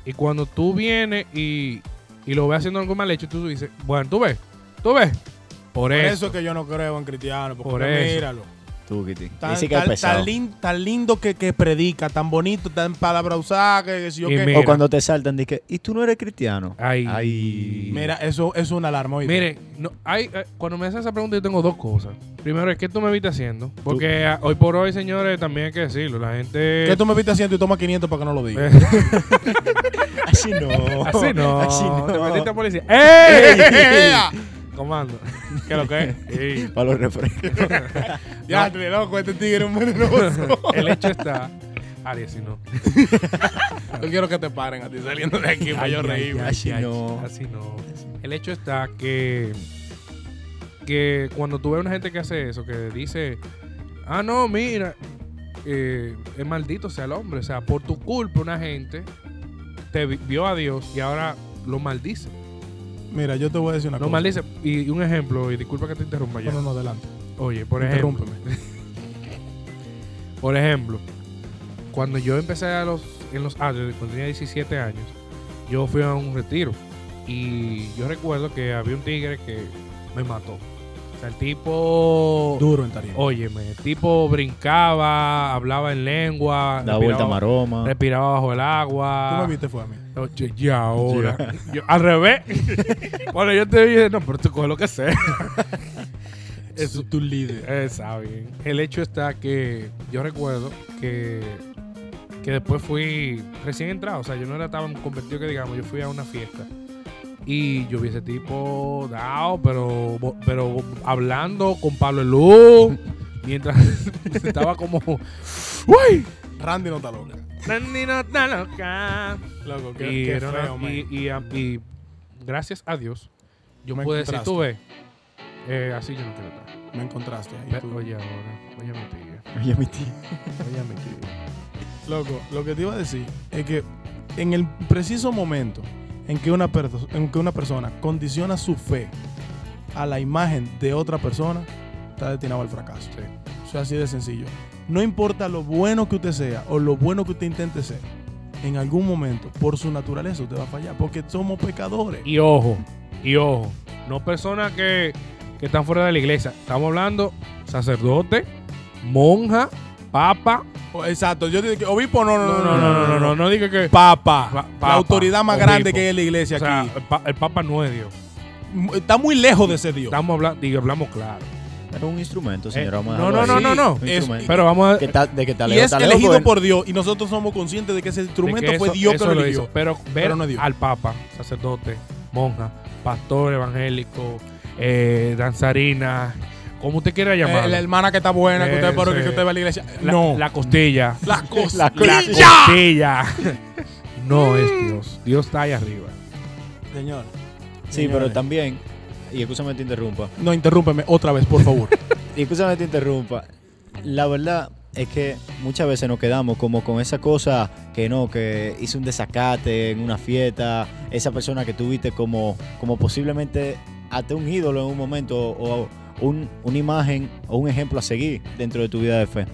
[SPEAKER 1] Y cuando tú vienes y, y lo ves haciendo algo mal hecho, tú dices, bueno, tú ves, tú ves. Por,
[SPEAKER 2] Por
[SPEAKER 1] eso.
[SPEAKER 2] eso es que yo no creo en cristianos. Porque
[SPEAKER 1] Por eso.
[SPEAKER 2] míralo.
[SPEAKER 3] Tú, Kitty.
[SPEAKER 2] Tan,
[SPEAKER 3] Dice que es
[SPEAKER 2] tan-
[SPEAKER 3] pesado.
[SPEAKER 2] tan lin- tan lindo que, que predica, tan bonito, tan palabra usada, que, que si yo
[SPEAKER 1] Y
[SPEAKER 2] que-
[SPEAKER 1] mira.
[SPEAKER 3] O cuando te saltan, dice, ¿y tú no eres cristiano?
[SPEAKER 1] Ay.
[SPEAKER 2] Mira, eso es una alarma. ¿oíste?
[SPEAKER 1] Mire, no, hay, eh, cuando me haces esa pregunta yo tengo dos cosas. Primero es que tú me viste haciendo. Porque ah, hoy por hoy, señores, también hay que decirlo. La gente... Eh,
[SPEAKER 2] ¿Qué tú me viste haciendo y toma 500 para que no lo diga?
[SPEAKER 3] Así no.
[SPEAKER 1] Así no.
[SPEAKER 3] Así no.
[SPEAKER 1] Te metiste a policía. ¡Ey!
[SPEAKER 2] ¡Ea!
[SPEAKER 1] Comando. ¿Qué es lo que es? Ey.
[SPEAKER 3] Para los refrescos.
[SPEAKER 2] Ya, te loco, este tigre es un venenoso.
[SPEAKER 1] El hecho está... Ari, si no.
[SPEAKER 2] yo quiero que te paren a ti saliendo de aquí para yo reírme.
[SPEAKER 3] Así no.
[SPEAKER 1] Así no. El hecho está que... Que cuando tú ves una gente que hace eso, que dice... Ah, no, mira. eh, eh, maldito sea el hombre. O sea, por tu culpa una gente te vi- vio a Dios y ahora lo maldice.
[SPEAKER 2] Mira, yo te voy a decir una
[SPEAKER 1] Lo
[SPEAKER 2] cosa.
[SPEAKER 1] maldice. Y un ejemplo, y disculpa que te interrumpa ya.
[SPEAKER 2] No, no, no, adelante.
[SPEAKER 1] Oye, por ejemplo,
[SPEAKER 2] Interrúmpeme.
[SPEAKER 1] por ejemplo, cuando yo empecé a los, en los Adler, cuando tenía 17 años, yo fui a un retiro. Y yo recuerdo que había un tigre que me mató. O sea, el tipo...
[SPEAKER 2] Duro en tarima.
[SPEAKER 1] Óyeme, el tipo brincaba, hablaba en lengua,
[SPEAKER 3] Da vuelta a
[SPEAKER 1] respiraba-
[SPEAKER 3] maroma.
[SPEAKER 1] respiraba bajo el
[SPEAKER 2] Tú me
[SPEAKER 1] agua.
[SPEAKER 2] viste, fue a mí.
[SPEAKER 1] Oye, y ahora. Yo- al revés. bueno, yo te dije, no, pero tú coge lo que sea.
[SPEAKER 2] Es tu líder.
[SPEAKER 1] Está bien. El hecho está que yo recuerdo que, que después fui recién entrado. O sea, yo no era tan convertido que digamos, yo fui a una fiesta. Y yo vi ese tipo dao, pero, pero hablando con Pablo Luz. Mientras estaba como. ¡Uy!
[SPEAKER 2] Randy no está loca.
[SPEAKER 1] Nani no está loca.
[SPEAKER 2] Loco, qué,
[SPEAKER 1] Y,
[SPEAKER 2] qué
[SPEAKER 1] era una-
[SPEAKER 2] feo, man.
[SPEAKER 1] y- y a- y gracias a Dios, yo
[SPEAKER 2] Me
[SPEAKER 1] pude decir,
[SPEAKER 2] encontraste.
[SPEAKER 1] tú ves, eh, así yo no quiero estar.
[SPEAKER 2] Me encontraste ahí.
[SPEAKER 1] Ve-
[SPEAKER 2] tú.
[SPEAKER 1] Oye, ahora, oye, mi tía.
[SPEAKER 3] Oye, mi tío.
[SPEAKER 1] Oye, mi tía.
[SPEAKER 2] Loco, lo que te iba a decir es que en el preciso momento en que una, perso- en que una persona condiciona su fe a la imagen de otra persona, está destinado al fracaso.
[SPEAKER 1] Sí.
[SPEAKER 2] Eso es así de sencillo. No importa lo bueno que usted sea o lo bueno que usted intente ser, en algún momento, por su naturaleza, usted va a fallar, porque somos pecadores.
[SPEAKER 1] Y ojo, y ojo, no personas que, que están fuera de la iglesia. Estamos hablando sacerdote, monja, papa.
[SPEAKER 2] O- Exacto, yo digo que obispo no, no, no, no, no, no, no, no.
[SPEAKER 1] diga que...
[SPEAKER 2] Papa,
[SPEAKER 1] Pa-
[SPEAKER 2] la
[SPEAKER 1] papa,
[SPEAKER 2] autoridad más
[SPEAKER 1] obispo.
[SPEAKER 2] grande que es la iglesia
[SPEAKER 1] o sea,
[SPEAKER 2] aquí.
[SPEAKER 1] el, pa- el papa no es Dios.
[SPEAKER 2] M- Está muy lejos de ser Dios.
[SPEAKER 1] Estamos hablando, digo, hablamos claro.
[SPEAKER 3] Era un instrumento,
[SPEAKER 1] Eh,
[SPEAKER 3] señor. vamos a
[SPEAKER 1] no,
[SPEAKER 3] dejarlo
[SPEAKER 1] no,
[SPEAKER 3] ahí.
[SPEAKER 1] no, no, no.
[SPEAKER 3] Un
[SPEAKER 2] Es-
[SPEAKER 3] instrumento.
[SPEAKER 1] Pero vamos a...
[SPEAKER 5] Que está- de que está
[SPEAKER 2] y
[SPEAKER 5] lejos,
[SPEAKER 2] es
[SPEAKER 5] está lejos,
[SPEAKER 2] elegido
[SPEAKER 5] bueno.
[SPEAKER 2] por Dios y nosotros somos conscientes de que ese instrumento
[SPEAKER 1] de que
[SPEAKER 2] fue
[SPEAKER 1] eso-
[SPEAKER 2] Dios que
[SPEAKER 1] eso
[SPEAKER 2] lo
[SPEAKER 1] lo
[SPEAKER 2] eligió.
[SPEAKER 1] hizo. Pero ver
[SPEAKER 2] Pero no es Dios.
[SPEAKER 1] al Papa, sacerdote, monja, pastor evangélico, eh, danzarina, como usted quiera
[SPEAKER 2] Eh,
[SPEAKER 1] llamarlo.
[SPEAKER 2] la hermana que está buena, que usted,
[SPEAKER 1] Ese.
[SPEAKER 2] paró, que usted va a la iglesia.
[SPEAKER 1] La-
[SPEAKER 2] no.
[SPEAKER 1] la costilla.
[SPEAKER 2] las cosas.
[SPEAKER 5] La
[SPEAKER 1] La
[SPEAKER 5] cosa.
[SPEAKER 1] costilla. Mm. no es Dios. Dios está ahí arriba.
[SPEAKER 2] Señor.
[SPEAKER 3] Sí, pero también. Y escúchame te interrumpa.
[SPEAKER 2] No, interrúmpeme otra vez, por favor.
[SPEAKER 3] Y escúchame te interrumpa. La verdad es que muchas veces nos quedamos como con esa cosa que no, que hizo un desacate en una fiesta, esa persona que tuviste como, como posiblemente hasta un ídolo en un momento o un- una imagen o un ejemplo a seguir dentro de tu vida de fe.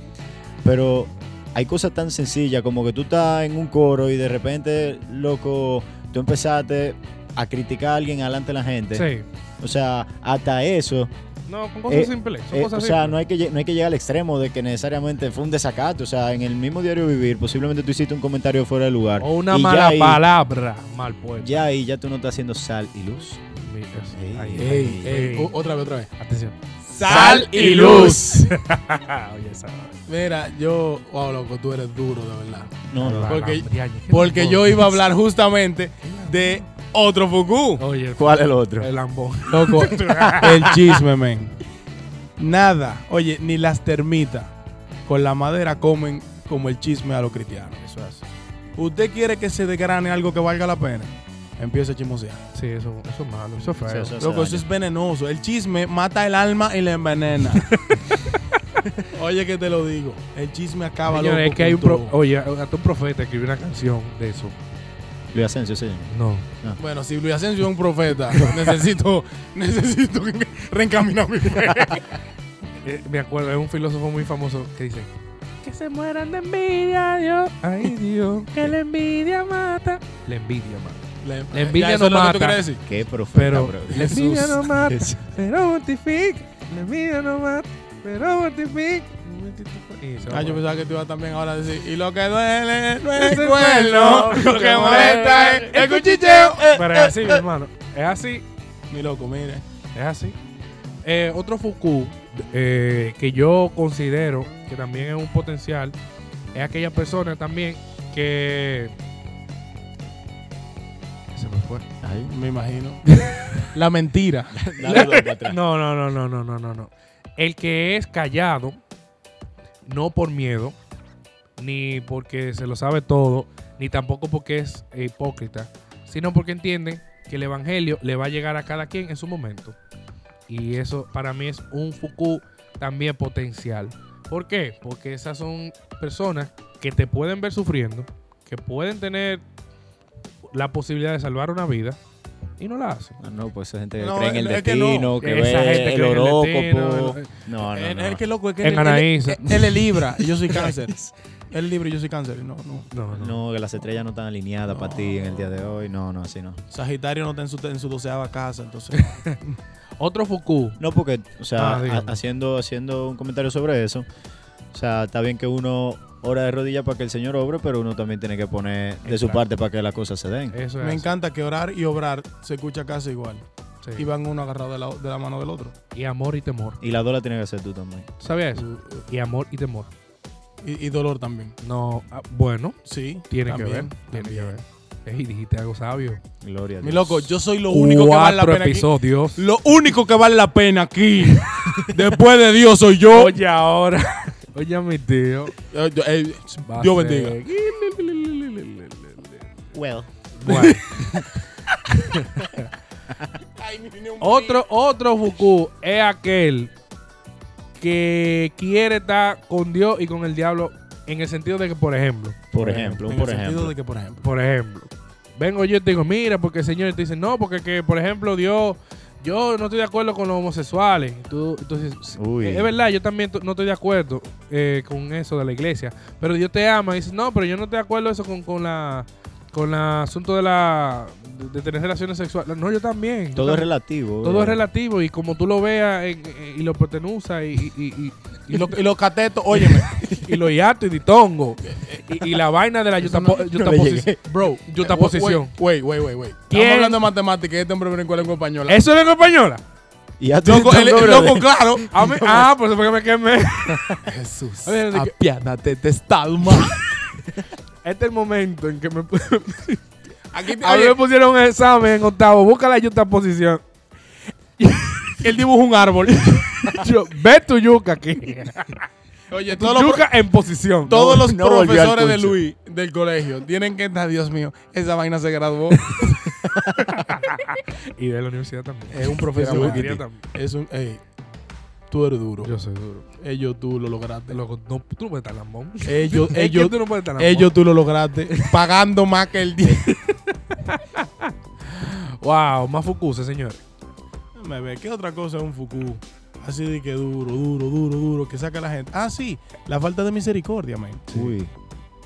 [SPEAKER 3] Pero hay cosas tan sencillas como que tú estás en un coro y de repente, loco, tú empezaste a criticar a alguien delante de la gente.
[SPEAKER 1] Sí.
[SPEAKER 3] O sea, hasta eso
[SPEAKER 1] No, con cosas
[SPEAKER 3] Eh,
[SPEAKER 1] simples. Son
[SPEAKER 3] eh,
[SPEAKER 1] cosas
[SPEAKER 3] o sea,
[SPEAKER 1] simples.
[SPEAKER 3] no hay, que, lle- no hay que llegar al extremo de que necesariamente fue un desacato. O sea, en el mismo diario Vivir, posiblemente tú hiciste un comentario fuera de lugar.
[SPEAKER 1] O una
[SPEAKER 3] y ya
[SPEAKER 1] mala
[SPEAKER 3] ahí-
[SPEAKER 1] palabra. Mal puesto.
[SPEAKER 3] Ya ahí, ya tú no estás haciendo sal y luz.
[SPEAKER 1] Mira, eso.
[SPEAKER 3] Ey,
[SPEAKER 1] Ahí,
[SPEAKER 3] ey,
[SPEAKER 1] ahí,
[SPEAKER 2] Ey,
[SPEAKER 1] ahí.
[SPEAKER 2] o- otra vez, otra vez.
[SPEAKER 1] Atención.
[SPEAKER 5] Sal y luz.
[SPEAKER 1] Oye, esa.
[SPEAKER 2] Mira, yo. Wow, loco, tú eres duro, de verdad.
[SPEAKER 3] No, no.
[SPEAKER 2] Porque-
[SPEAKER 1] Alambriaña. ¿Qué
[SPEAKER 2] Porque
[SPEAKER 1] lambón?
[SPEAKER 2] yo iba a hablar justamente de otro Fuku.
[SPEAKER 1] Oye, el-
[SPEAKER 3] ¿Cuál es el otro?
[SPEAKER 1] el lambón.
[SPEAKER 2] Loco, el chisme, men. Nada. Oye, ni las termitas con la madera comen como el chisme a los cristianos.
[SPEAKER 1] Eso es así.
[SPEAKER 2] ¿Usted quiere que se desgrane algo que valga la pena? Empieza a chismosear.
[SPEAKER 1] Sí, eso, eso es malo. Eso es feo.
[SPEAKER 3] Sí, eso es-
[SPEAKER 2] Loco, eso es venenoso. El chisme mata el alma y la envenena. Oye, que te lo digo. El chisme acaba
[SPEAKER 1] Señores,
[SPEAKER 2] loco,
[SPEAKER 1] es que hay un
[SPEAKER 2] con
[SPEAKER 1] pro-
[SPEAKER 2] todo.
[SPEAKER 1] oye, hasta un profeta escribió una canción de eso.
[SPEAKER 3] Luis Asensio, señor.
[SPEAKER 1] No.
[SPEAKER 2] Bueno, si Luis Asensio es un profeta, necesito, necesito reencaminar mi fe.
[SPEAKER 1] Eh, me acuerdo, es un filósofo muy famoso que dice que se mueran de envidia, Dios. Ay, Dios, que la envidia mata. La envidia mata.
[SPEAKER 2] La,
[SPEAKER 1] La envidia
[SPEAKER 2] ya,
[SPEAKER 1] no
[SPEAKER 2] eso es lo que
[SPEAKER 1] mata.
[SPEAKER 2] tú quieres decir.
[SPEAKER 3] Qué profeta,
[SPEAKER 1] Pero
[SPEAKER 3] bro.
[SPEAKER 1] la envidia
[SPEAKER 2] Jesús.
[SPEAKER 1] no mata, pero mortifica. La envidia no mata, pero mortifica. Y se va
[SPEAKER 2] Ah,
[SPEAKER 1] a
[SPEAKER 2] yo
[SPEAKER 1] morir.
[SPEAKER 2] pensaba que tú ibas también ahora a decir, y lo que duele no es
[SPEAKER 1] Es
[SPEAKER 2] el
[SPEAKER 1] el
[SPEAKER 2] cuerno,
[SPEAKER 1] cuerno,
[SPEAKER 2] lo que molesta es el cuchicheo. Eh,
[SPEAKER 1] Pero es así, mi hermano. Es así.
[SPEAKER 2] Mi loco, mire.
[SPEAKER 1] Es así. Eh, otro Fuku eh, que yo considero que también es un potencial es aquella persona también que. Se me fue.
[SPEAKER 3] Ay,
[SPEAKER 2] Me imagino. La mentira.
[SPEAKER 3] dale dos para atrás.
[SPEAKER 1] No, no, no, no, no, no, no, no. El que es callado, no por miedo, ni porque se lo sabe todo, ni tampoco porque es hipócrita, sino porque entiende que el evangelio le va a llegar a cada quien en su momento. Y eso para mí es un Fuku también potencial. ¿Por qué? Porque esas son personas que te pueden ver sufriendo, que pueden tener la posibilidad de salvar una vida y no la hacen.
[SPEAKER 3] Ah, No, pues esa gente que
[SPEAKER 2] No,
[SPEAKER 3] cree en el
[SPEAKER 2] es- es que no.
[SPEAKER 3] destino, que,
[SPEAKER 1] Esa
[SPEAKER 3] ve
[SPEAKER 1] gente cree
[SPEAKER 3] el
[SPEAKER 1] en el
[SPEAKER 3] horóscopo.
[SPEAKER 1] destino,
[SPEAKER 3] No, no,
[SPEAKER 2] Él-
[SPEAKER 3] no.
[SPEAKER 2] él que loco, es que
[SPEAKER 1] En
[SPEAKER 2] él, él,
[SPEAKER 1] Anaísa.
[SPEAKER 2] él- él es Libra y yo soy cáncer. él es Libra y yo soy cáncer. y No, no.
[SPEAKER 1] No, no.
[SPEAKER 3] No, que las estrellas no están alineadas para ti en el día de hoy. No, no, así no.
[SPEAKER 2] Sagitario no está en su, en su doceava casa, entonces.
[SPEAKER 1] Otro Foucault.
[SPEAKER 3] No, porque, o sea,
[SPEAKER 1] Ah, dígame.
[SPEAKER 3] ha- haciendo, haciendo un comentario sobre eso, o sea, está bien que uno ora de rodillas para que el Señor obre, pero uno también tiene que poner de
[SPEAKER 1] Exacto.
[SPEAKER 3] su
[SPEAKER 1] Eh.
[SPEAKER 3] parte para que las cosas se den.
[SPEAKER 1] Eso es.
[SPEAKER 2] me
[SPEAKER 1] así,
[SPEAKER 2] encanta que orar y obrar se escucha casi igual.
[SPEAKER 1] sí.
[SPEAKER 2] Y van uno agarrado de la, de la mano del otro.
[SPEAKER 1] Y amor y temor.
[SPEAKER 3] Y la dola tiene que ser tú también.
[SPEAKER 1] ¿Sabías eso? Y amor y temor.
[SPEAKER 2] Y, y dolor también.
[SPEAKER 1] Uh, No, ah, bueno,
[SPEAKER 2] Sí.
[SPEAKER 1] tiene que ver.
[SPEAKER 2] también,
[SPEAKER 1] Tiene que
[SPEAKER 2] también.
[SPEAKER 1] ver. Ey, dijiste algo sabio.
[SPEAKER 3] Gloria a Dios.
[SPEAKER 2] Mi loco, yo soy lo único que vale la
[SPEAKER 1] Cuatro
[SPEAKER 2] pena aquí.
[SPEAKER 1] episodios.
[SPEAKER 2] Lo único que vale la pena aquí. Después de Dios soy yo.
[SPEAKER 1] Oye, ahora. Oye, mi tío.
[SPEAKER 2] Eh, yo- eh,
[SPEAKER 1] Va a
[SPEAKER 2] Dios
[SPEAKER 1] ser-
[SPEAKER 2] bendiga.
[SPEAKER 3] Well.
[SPEAKER 1] Bueno. Otro, otro Fuku es aquel que quiere estar con Dios y con el diablo en el sentido de que, por ejemplo,
[SPEAKER 3] Por ejemplo, un
[SPEAKER 2] En
[SPEAKER 3] por
[SPEAKER 2] el sentido
[SPEAKER 3] ejemplo.
[SPEAKER 2] de que, por ejemplo.
[SPEAKER 1] por ejemplo, vengo yo y te digo, mira, porque el Señor y te dice, no, porque que, por ejemplo, Dios, yo no estoy de acuerdo con los homosexuales. Tú, entonces, sí,
[SPEAKER 3] Uy.
[SPEAKER 1] es verdad, yo también t- no estoy de acuerdo eh, con eso de la iglesia, pero Dios te ama y dice, no, pero yo no estoy de acuerdo eso con, con la con el asunto de la de, de tener relaciones sexuales. No, yo también. yo
[SPEAKER 3] Todo es
[SPEAKER 1] también.
[SPEAKER 3] relativo.
[SPEAKER 1] Todo es
[SPEAKER 3] eh.
[SPEAKER 1] relativo y como tú lo veas en- en- y lo pertenuzas y, y, y, y,
[SPEAKER 2] Y, lo- y los catetos, óyeme.
[SPEAKER 1] y lo hiato y ditongo y, y la vaina de la yutapo- yutaposición. Bro, yutaposición.
[SPEAKER 2] Wait, wait, wait, wait.
[SPEAKER 1] ¿Quién?
[SPEAKER 2] Estamos hablando de matemáticas y este hombre brincó la lengua española.
[SPEAKER 1] ¿Eso es lengua española?
[SPEAKER 3] Y ya tú
[SPEAKER 2] Loco, él-
[SPEAKER 3] estás
[SPEAKER 2] él-
[SPEAKER 3] doble
[SPEAKER 2] loco,
[SPEAKER 3] de-
[SPEAKER 2] claro.
[SPEAKER 1] A mí- ah, por eso fue que me quemé.
[SPEAKER 2] Jesús,
[SPEAKER 1] A ver, de que-
[SPEAKER 2] apiádate de esta alma.
[SPEAKER 1] Este es el momento en que me, pu-
[SPEAKER 2] Aquí te-
[SPEAKER 1] a mí
[SPEAKER 2] oye,
[SPEAKER 1] me pusieron un examen en octavo. Busca la yutaposición.
[SPEAKER 2] él dibuja un árbol.
[SPEAKER 1] Yo, ve tu yuca aquí.
[SPEAKER 2] Oye,
[SPEAKER 1] Tu
[SPEAKER 2] todos los,
[SPEAKER 1] yuca en posición.
[SPEAKER 2] todos
[SPEAKER 3] No,
[SPEAKER 2] los
[SPEAKER 3] no volvió al
[SPEAKER 2] profesores de
[SPEAKER 3] curso.
[SPEAKER 2] Luis del colegio tienen que estar, Dios mío, esa vaina se graduó.
[SPEAKER 1] Y de la universidad también.
[SPEAKER 2] es
[SPEAKER 1] De la
[SPEAKER 2] un profesor.
[SPEAKER 1] maestría también.
[SPEAKER 2] es un. Ey, tú eres duro.
[SPEAKER 1] Yo soy duro.
[SPEAKER 2] Ellos tú lo lograste.
[SPEAKER 1] Loco, no, tú no puedes estar lambón.
[SPEAKER 2] Ellos,
[SPEAKER 1] Es que
[SPEAKER 2] ellos,
[SPEAKER 1] tú no puedes estar lambón.
[SPEAKER 2] ellos tú lo lograste. Pagando más que el 10.
[SPEAKER 1] Wow, más fucuse, señores.
[SPEAKER 2] Me ve, ¿qué otra cosa es un Fuku? Así de que duro, duro, duro, duro, que saca la gente. Ah, sí, la falta de misericordia, man.
[SPEAKER 3] Uy.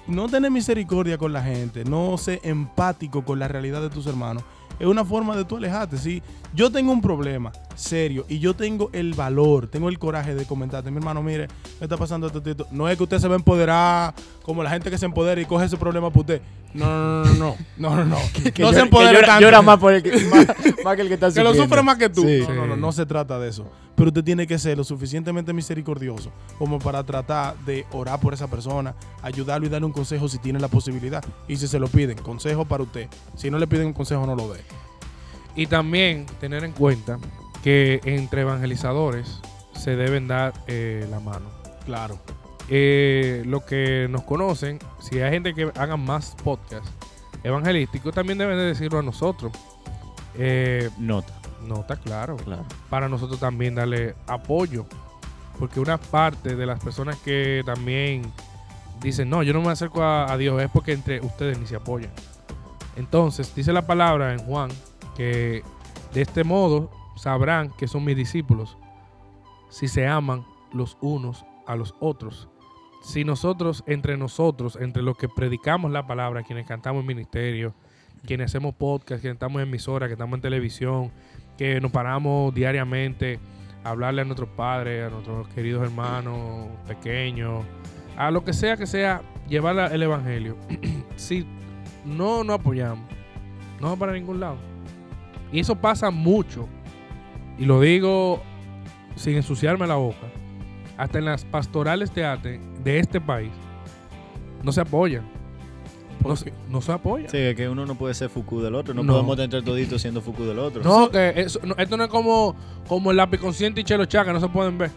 [SPEAKER 2] No tener misericordia con la gente, no ser empático con la realidad de tus hermanos, es una forma de tú alejarte. Si yo tengo un problema serio y yo tengo el valor, tengo el coraje de comentarte, mi hermano, mire, me está pasando esto, esto, esto. No es que usted se va a empoderar como la gente que se empodera y coge ese problema por usted. No, no, no, no, no, no. no. no se empodere tanto.
[SPEAKER 3] por el que, más, que el que está
[SPEAKER 2] Que lo sufre más que tú.
[SPEAKER 3] Sí.
[SPEAKER 2] No, no, no, no se trata de eso. Pero usted tiene que ser lo suficientemente misericordioso como para tratar de orar por esa persona, ayudarlo y darle un consejo si tiene la posibilidad. Y si se lo piden, consejo para usted. Si no le piden un consejo, no lo dé.
[SPEAKER 1] Y también tener en cuenta que entre evangelizadores se deben dar eh, la mano.
[SPEAKER 2] Claro.
[SPEAKER 1] Eh, los que nos conocen, si hay gente que hagan más podcasts evangelísticos, también deben de decirlo a nosotros. Eh,
[SPEAKER 3] Nota,
[SPEAKER 1] no está claro.
[SPEAKER 3] claro.
[SPEAKER 1] Para nosotros también darle apoyo. Porque una parte de las personas que también dicen, no, yo no me acerco a, a Dios, es porque entre ustedes ni se apoyan. Entonces, dice la palabra en Juan que de este modo sabrán que son mis discípulos si se aman los unos a los otros. Si nosotros, entre nosotros, entre los que predicamos la palabra, quienes cantamos en ministerio, quienes hacemos podcast, quienes estamos en emisora, que estamos en televisión, que nos paramos diariamente a hablarle a nuestros padres, a nuestros queridos hermanos pequeños, a lo que sea que sea, llevar la- el evangelio. si no nos apoyamos, no va para ningún lado. Y eso pasa mucho. Y lo digo sin ensuciarme la boca. Hasta en las pastorales de arte de este país no se apoyan. No, se- no se apoyan.
[SPEAKER 3] Sí, que uno no puede ser Fuku del otro. No,
[SPEAKER 1] No.
[SPEAKER 3] podemos tener toditos siendo Fuku del otro.
[SPEAKER 1] No, que eso- no, esto no es como, como el lápiz consciente y Chelo Chaca, no se pueden ver.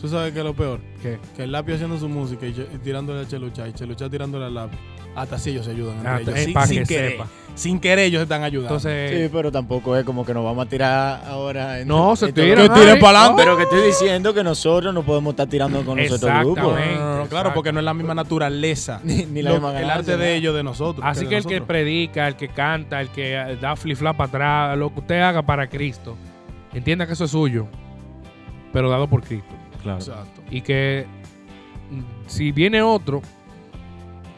[SPEAKER 2] Tú sabes que es lo peor.
[SPEAKER 1] ¿Qué?
[SPEAKER 2] Que el lápiz haciendo su música y, yo- y tirándole a Chelucha y Chelucha tirándole al lápiz. Hasta así ellos se ayudan entre
[SPEAKER 1] Ah,
[SPEAKER 2] ellos,
[SPEAKER 1] eh,
[SPEAKER 2] sin,
[SPEAKER 1] pa'
[SPEAKER 2] sin
[SPEAKER 1] que
[SPEAKER 2] querer.
[SPEAKER 1] sepa.
[SPEAKER 2] Sin querer ellos se están ayudando.
[SPEAKER 1] Entonces,
[SPEAKER 6] Sí, pero tampoco es como que nos vamos a tirar ahora. en-
[SPEAKER 1] No, se
[SPEAKER 6] en
[SPEAKER 1] tira.
[SPEAKER 6] todo-
[SPEAKER 2] Que tiren para adelante.
[SPEAKER 6] Ah, Pero que estoy diciendo que nosotros no podemos estar tirando con nosotros grupos.
[SPEAKER 1] Exactamente.
[SPEAKER 2] No, no, no, Ah, claro,
[SPEAKER 1] Exacto.
[SPEAKER 2] porque no es la misma naturaleza.
[SPEAKER 6] Ni- ni la
[SPEAKER 2] Lo-
[SPEAKER 6] misma
[SPEAKER 2] el
[SPEAKER 6] ganancia,
[SPEAKER 2] arte
[SPEAKER 6] nada.
[SPEAKER 2] de ellos de nosotros.
[SPEAKER 1] así
[SPEAKER 2] de
[SPEAKER 1] que el que
[SPEAKER 2] nosotros.
[SPEAKER 1] predica, el que canta, el que eh, da flip flap para atrás, lo que usted haga para Cristo, entienda que eso es suyo, pero dado por Cristo.
[SPEAKER 3] Claro.
[SPEAKER 2] Exacto.
[SPEAKER 1] Y que mm, si viene otro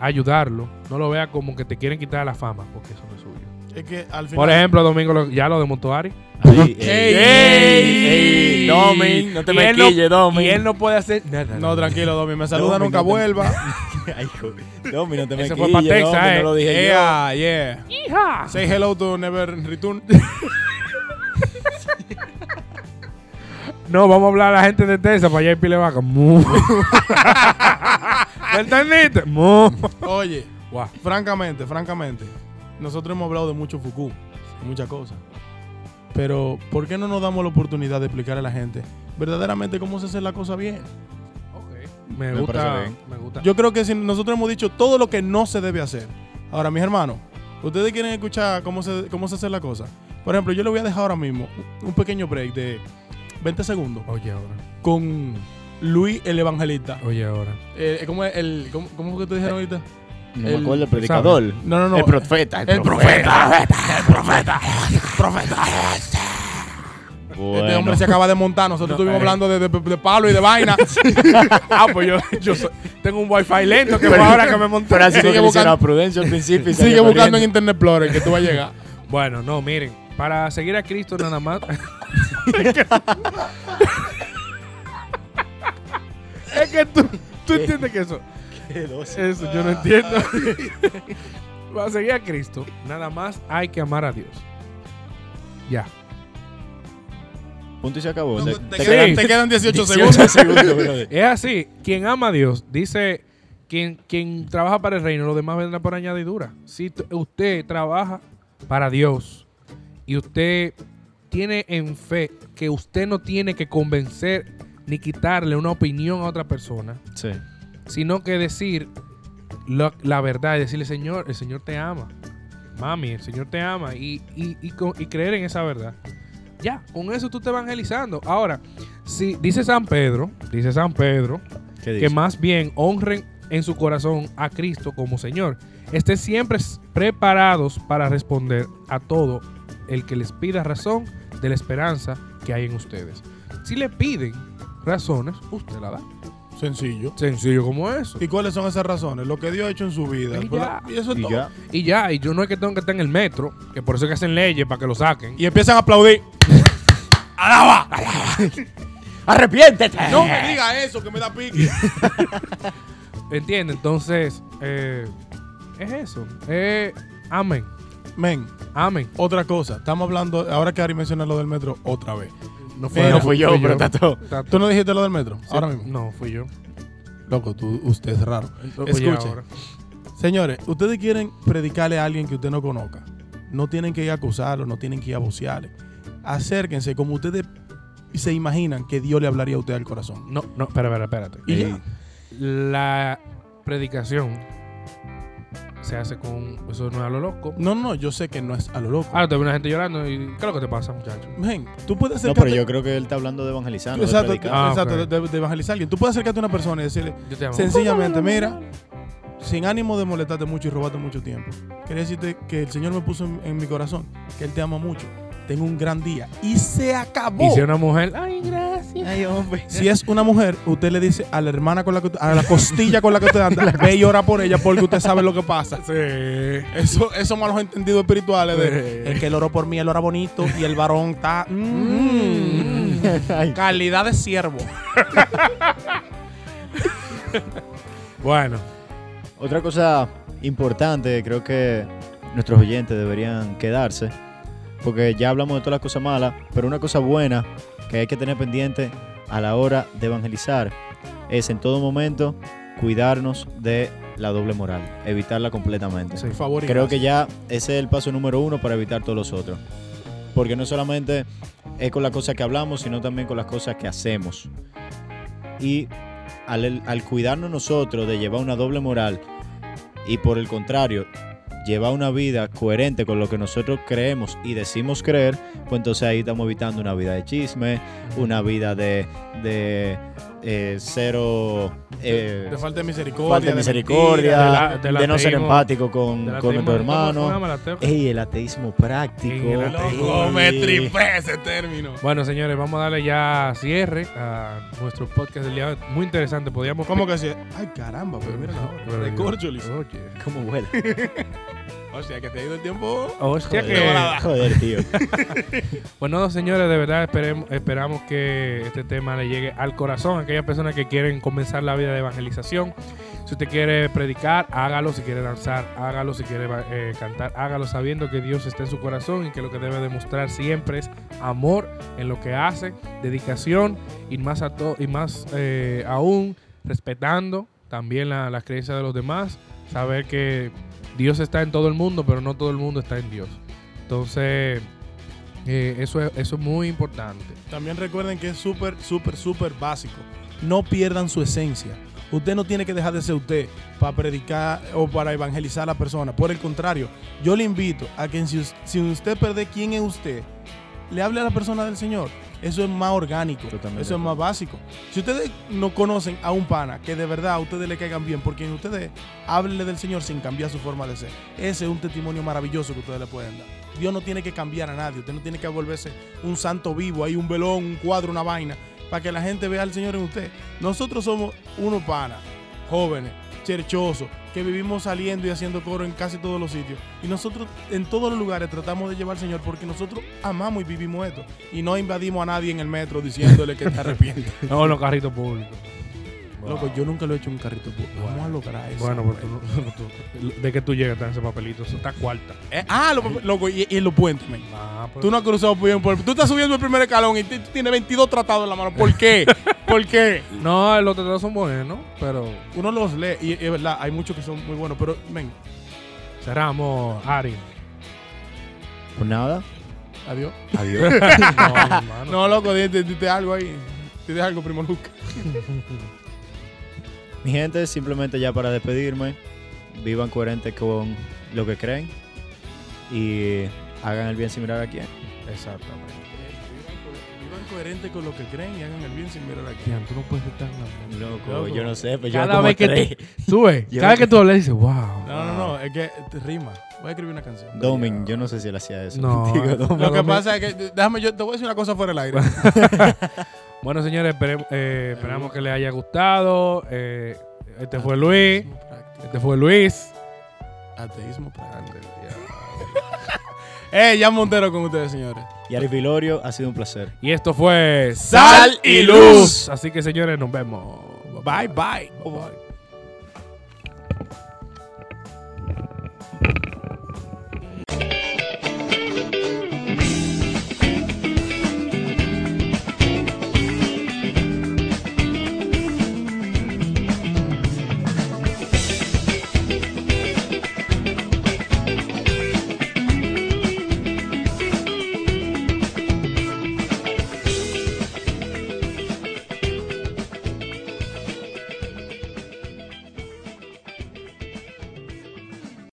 [SPEAKER 1] a ayudarlo, no lo vea como que te quieren quitar la fama, porque eso no es suyo.
[SPEAKER 2] Es que al final.
[SPEAKER 1] Por ejemplo, Domingo, lo- ya lo de Montuari.
[SPEAKER 3] Ahí,
[SPEAKER 6] Ey,
[SPEAKER 3] eh,
[SPEAKER 6] ey, ey, Domi, no te
[SPEAKER 1] Y
[SPEAKER 6] me
[SPEAKER 1] él no-
[SPEAKER 6] quilles, Domi.
[SPEAKER 1] Y él no puede hacer nada.
[SPEAKER 2] No, tranquilo, Domi. Me saluda,
[SPEAKER 6] Domi,
[SPEAKER 2] nunca
[SPEAKER 6] no te-
[SPEAKER 2] vuelva.
[SPEAKER 6] Ay, hijo. Domi, no te me
[SPEAKER 1] Ese fue pa'
[SPEAKER 6] quilles,
[SPEAKER 1] Texas,
[SPEAKER 6] Domi,
[SPEAKER 1] eh.
[SPEAKER 6] no lo dije yo.
[SPEAKER 2] Yeah, yeah. Say hello to Never Return.
[SPEAKER 1] No, vamos a hablar a la gente de Tesa para allá y pile vaca. Mu. ¿Me entendiste? Mu.
[SPEAKER 2] Oye,
[SPEAKER 1] Guau.
[SPEAKER 2] francamente, francamente, nosotros hemos hablado de mucho Foucault, de muchas cosas. Pero, ¿por qué no nos damos la oportunidad de explicar a la gente verdaderamente cómo se hace la cosa bien?
[SPEAKER 1] Me,
[SPEAKER 3] Me
[SPEAKER 1] gusta.
[SPEAKER 3] parece bien.
[SPEAKER 1] Me gusta.
[SPEAKER 2] Yo creo que si nosotros hemos dicho todo lo que no se debe hacer. Ahora, mis hermanos, ustedes quieren escuchar cómo se, cómo se hace la cosa. Por ejemplo, yo le voy a dejar ahora mismo un pequeño break de 20 segundos
[SPEAKER 1] Oye ahora.
[SPEAKER 2] con Luis el Evangelista.
[SPEAKER 1] Oye ahora.
[SPEAKER 2] Eh, ¿cómo, es el, cómo, cómo fue que te dijeron ahorita?
[SPEAKER 6] No
[SPEAKER 2] El-
[SPEAKER 6] me acuerdo el predicador.
[SPEAKER 2] No, no, no.
[SPEAKER 6] El profeta.
[SPEAKER 2] El profeta. El profeta. El profeta.
[SPEAKER 3] bueno.
[SPEAKER 2] Este hombre se acaba de montar. Nosotros estuvimos
[SPEAKER 1] eh.
[SPEAKER 2] hablando de, de, de palo y de vaina.
[SPEAKER 1] Ah, pues yo, yo soy- tengo un wifi lento que fue ahora que me monté.
[SPEAKER 6] Pero así fue
[SPEAKER 2] Sigue
[SPEAKER 6] que le hicieron
[SPEAKER 2] buscando-
[SPEAKER 6] a Prudencio al principio. y
[SPEAKER 2] Sigue
[SPEAKER 6] salió
[SPEAKER 2] buscando
[SPEAKER 6] corriendo.
[SPEAKER 2] en Internet Explorer que tú vas a llegar.
[SPEAKER 1] Bueno, no, miren. Para seguir a Cristo nada más. es que tú, tú entiendes que eso. Eso yo no entiendo. Para seguir a Cristo, nada más hay que amar a Dios. Ya.
[SPEAKER 3] Punto y se acabó.
[SPEAKER 2] Te,
[SPEAKER 3] Se-
[SPEAKER 2] te
[SPEAKER 3] se
[SPEAKER 1] queda-
[SPEAKER 2] quedan,
[SPEAKER 1] Sí.
[SPEAKER 2] te quedan 18,
[SPEAKER 6] 18
[SPEAKER 2] segundos.
[SPEAKER 6] segundos, brother.
[SPEAKER 1] Es así. Quien ama a Dios, dice, quien, quien trabaja para el reino, los demás vendrán por añadidura. Si t- usted trabaja para Dios y usted tiene en fe que usted no tiene que convencer ni quitarle una opinión a otra persona,
[SPEAKER 3] Sí.
[SPEAKER 1] sino que decir lo- la verdad y decirle, Señor, el Señor te ama. Mami, el Señor te ama y, y- y co- y creer en esa verdad. Ya, con eso tú te evangelizando. Ahora, si dice San Pedro, dice San Pedro,
[SPEAKER 3] ¿Qué
[SPEAKER 1] que
[SPEAKER 3] dice?
[SPEAKER 1] más bien honren en su corazón a Cristo como Señor. Estén siempre s- preparados para responder a todo el que les pida razón de la esperanza que hay en ustedes. Si le piden razones, usted la da.
[SPEAKER 2] Sencillo.
[SPEAKER 1] Sencillo como eso.
[SPEAKER 2] ¿Y cuáles son esas razones? Lo que Dios ha hecho en su vida.
[SPEAKER 1] Y ya.
[SPEAKER 2] Y eso es
[SPEAKER 3] Y
[SPEAKER 2] todo.
[SPEAKER 3] ya.
[SPEAKER 1] Y ya, y yo no es que tengo que estar en el metro, que por eso es que hacen leyes para que lo saquen.
[SPEAKER 2] Y empiezan a aplaudir.
[SPEAKER 6] ¡Arrepiéntete!
[SPEAKER 2] No me diga eso que me da pique.
[SPEAKER 1] ¿Entiende? Entonces, eh, es eso. Eh, amén.
[SPEAKER 2] Men,
[SPEAKER 1] Amén.
[SPEAKER 2] otra cosa. Estamos hablando, ahora que Ari menciona lo del metro, otra vez.
[SPEAKER 1] No
[SPEAKER 2] Pero
[SPEAKER 6] no fui yo, pero está todo.
[SPEAKER 1] Está-
[SPEAKER 2] ¿Tú no dijiste lo del metro? Ahora mismo.
[SPEAKER 1] No, fui yo.
[SPEAKER 2] Loco, tú, usted es raro.
[SPEAKER 1] Oye,
[SPEAKER 2] Escuche.
[SPEAKER 1] ahora.
[SPEAKER 2] Señores, ustedes quieren predicarle a alguien que usted no conozca. No tienen que ir a acusarlo, no tienen que ir a vocearle. Acérquense como ustedes se imaginan que Dios le hablaría a usted al corazón.
[SPEAKER 1] No, no, espera, espera, espérate.
[SPEAKER 2] Y ya.
[SPEAKER 1] la predicación se hace con eso no es a lo loco.
[SPEAKER 2] No, no, yo sé que no es a lo loco.
[SPEAKER 1] Ahora te ve una gente llorando y ¿qué es lo que te pasa, muchacho?
[SPEAKER 2] Men, tú puedes
[SPEAKER 3] No,
[SPEAKER 2] acercarte.
[SPEAKER 3] pero yo creo que él está hablando de evangelizar. no de
[SPEAKER 2] Exacto,
[SPEAKER 3] predicar.
[SPEAKER 1] Ah,
[SPEAKER 2] exacto,
[SPEAKER 1] ok.
[SPEAKER 2] de, de evangelizar a alguien. Tú puedes acercarte a una persona y decirle,
[SPEAKER 1] Yo te amo.
[SPEAKER 2] sencillamente, mira, sin ánimo de molestarte mucho y robarte mucho tiempo, quería decirte que el Señor me puso en, en mi corazón, que Él te ama mucho. Tengo un gran día. Y se acabó.
[SPEAKER 1] Y si una mujer, ay, gracias.
[SPEAKER 3] Ay, hombre.
[SPEAKER 2] Si es una mujer, usted le dice a la hermana con la que usted- a la costilla con la que usted anda, ve y ora por ella porque usted sabe lo que pasa.
[SPEAKER 1] Sí.
[SPEAKER 2] Eso, esos malos entendidos espirituales
[SPEAKER 1] Sí.
[SPEAKER 2] de el que el oró por mí, él ora bonito y el varón está mm,
[SPEAKER 6] Ay,
[SPEAKER 2] calidad de siervo.
[SPEAKER 1] Bueno,
[SPEAKER 3] Otra cosa importante, creo que nuestros oyentes deberían quedarse, porque ya hablamos de todas las cosas malas, pero una cosa buena que hay que tener pendiente a la hora de evangelizar es en todo momento cuidarnos de la doble moral, evitarla completamente.
[SPEAKER 1] sí.
[SPEAKER 2] Favorito.
[SPEAKER 3] Creo que ya ese es el paso número uno para evitar todos los otros. Porque no solamente es con las cosas que hablamos, sino también con las cosas que hacemos. Y al, al cuidarnos nosotros de llevar una doble moral y por el contrario lleva una vida coherente con lo que nosotros creemos y decimos creer, pues entonces ahí estamos evitando una vida de chisme, una vida de, de eh, cero... eh,
[SPEAKER 2] De falta de misericordia.
[SPEAKER 3] falta de misericordia,
[SPEAKER 1] mentira,
[SPEAKER 2] mentira,
[SPEAKER 1] del a- del
[SPEAKER 3] de no ser
[SPEAKER 1] ateísmo,
[SPEAKER 3] empático con,
[SPEAKER 1] del
[SPEAKER 3] con
[SPEAKER 1] ateísmo, ¿cómo
[SPEAKER 3] nuestro
[SPEAKER 1] se
[SPEAKER 3] hermano. Eh.
[SPEAKER 1] llama el ateo?
[SPEAKER 3] Ey, el ateísmo práctico.
[SPEAKER 1] Ey, el
[SPEAKER 2] Loco,
[SPEAKER 1] ateísmo.
[SPEAKER 2] me
[SPEAKER 3] Ey.
[SPEAKER 2] tripé ese término.
[SPEAKER 1] Bueno, señores, vamos a darle ya cierre a nuestro podcast del día. de hoy. Muy interesante, podíamos...
[SPEAKER 2] ¿Cómo que así? Ay, caramba, pero mira la hora.
[SPEAKER 1] Pero
[SPEAKER 2] De
[SPEAKER 1] yo-
[SPEAKER 2] Corcholis.
[SPEAKER 1] Oye.
[SPEAKER 3] ¿Cómo huele?
[SPEAKER 2] O sea, que te ha ido el tiempo.
[SPEAKER 1] Hostia,
[SPEAKER 3] Joder,
[SPEAKER 1] que...
[SPEAKER 3] joder, tío.
[SPEAKER 1] Bueno, señores, de verdad esperemos- esperamos que este tema le llegue al corazón a aquellas personas que quieren comenzar la vida de evangelización. Si usted quiere predicar, hágalo. Si quiere danzar, hágalo. Si quiere eh, cantar, hágalo sabiendo que Dios está en su corazón y que lo que debe demostrar siempre es amor en lo que hace, dedicación y más, a to- y más eh, aún respetando también la- las creencias de los demás. Saber que Dios está en todo el mundo, pero no todo el mundo está en Dios. Entonces... Eh, eso, es, eso es muy importante.
[SPEAKER 2] También recuerden que es súper, súper, súper básico. No pierdan su esencia. Usted no tiene que dejar de ser usted para predicar o para evangelizar a la persona. Por el contrario, yo le invito a que si, us- si usted pierde quién es usted, le hable a la persona del Señor. Eso es más orgánico.
[SPEAKER 3] Totalmente
[SPEAKER 2] eso es
[SPEAKER 3] de acuerdo.
[SPEAKER 2] más básico. Si ustedes no conocen a un pana que de verdad a ustedes le caigan bien, porque ustedes háblenle del Señor sin cambiar su forma de ser. Ese es un testimonio maravilloso que ustedes le pueden dar. Dios no tiene que cambiar a nadie. Usted no tiene que volverse un santo vivo, hay un velón, un cuadro, una vaina, para que la gente vea al Señor en usted. Nosotros somos unos panas, jóvenes, cherchosos, que vivimos saliendo y haciendo coro en casi todos los sitios. Y nosotros en todos los lugares tratamos de llevar al Señor porque nosotros amamos y vivimos esto. Y no invadimos a nadie en el metro diciéndole que te arrepientes.
[SPEAKER 1] No, los carritos públicos.
[SPEAKER 2] Loco, yo nunca lo he hecho en un carrito público. Vamos a lograr eso.
[SPEAKER 1] Bueno,
[SPEAKER 2] güey.
[SPEAKER 1] pues tú, no- tú- de que tú llegas a ese papelito, eso está cuarta.
[SPEAKER 2] Eh, ah, lo- loco, y, y en los puentes, men.
[SPEAKER 1] Ah,
[SPEAKER 2] Tú no has cruzado bien por Tú estás subiendo el primer escalón y t- tú tienes 22 tratados en la mano. ¿Por qué? ¿Por qué?
[SPEAKER 1] No, los tratados son buenos, pero
[SPEAKER 2] Uno los lee y es verdad, hay muchos que son muy buenos, pero men,
[SPEAKER 1] cerramos, Ari.
[SPEAKER 3] Pues nada,
[SPEAKER 2] adiós.
[SPEAKER 3] adiós.
[SPEAKER 1] No, mi hermano.
[SPEAKER 2] No, loco, dite, dite algo ahí. Dite algo, primo Luca.
[SPEAKER 3] Mi gente, simplemente ya para despedirme, vivan coherentes con lo que creen y hagan el bien sin mirar a quién.
[SPEAKER 1] Exactamente.
[SPEAKER 2] Vivan coherente con lo que creen y hagan el bien sin mirar aquí.
[SPEAKER 1] Tian, tú no puedes estar en la
[SPEAKER 3] Loco,
[SPEAKER 2] Loco.
[SPEAKER 3] yo no sé, pero
[SPEAKER 1] Cada
[SPEAKER 3] yo como
[SPEAKER 1] vez que
[SPEAKER 3] tres.
[SPEAKER 1] Tú ves,
[SPEAKER 3] Yo-
[SPEAKER 1] cada vez que tú hablas dices, wow.
[SPEAKER 2] No, no, no, es que te rima. Voy a escribir una canción.
[SPEAKER 3] Domin, yo no sé si él hacía eso.
[SPEAKER 1] No.
[SPEAKER 3] Digo, Domin.
[SPEAKER 2] Lo que
[SPEAKER 1] Domin.
[SPEAKER 2] pasa es que, déjame, yo te voy a decir una cosa fuera del aire.
[SPEAKER 1] Bueno, señores, espere- eh, esperamos que les haya gustado. Eh, este fue Luis.
[SPEAKER 2] Ateísmo práctico.
[SPEAKER 1] Este fue Luis.
[SPEAKER 2] Ateísmo práctico. Eh, ya Montero con ustedes, señores.
[SPEAKER 3] Y Ari Vilorio, ha sido un placer.
[SPEAKER 1] Y esto fue
[SPEAKER 2] Sal y Luz.
[SPEAKER 1] Así que señores, nos vemos.
[SPEAKER 2] Bye, bye.
[SPEAKER 1] Bye.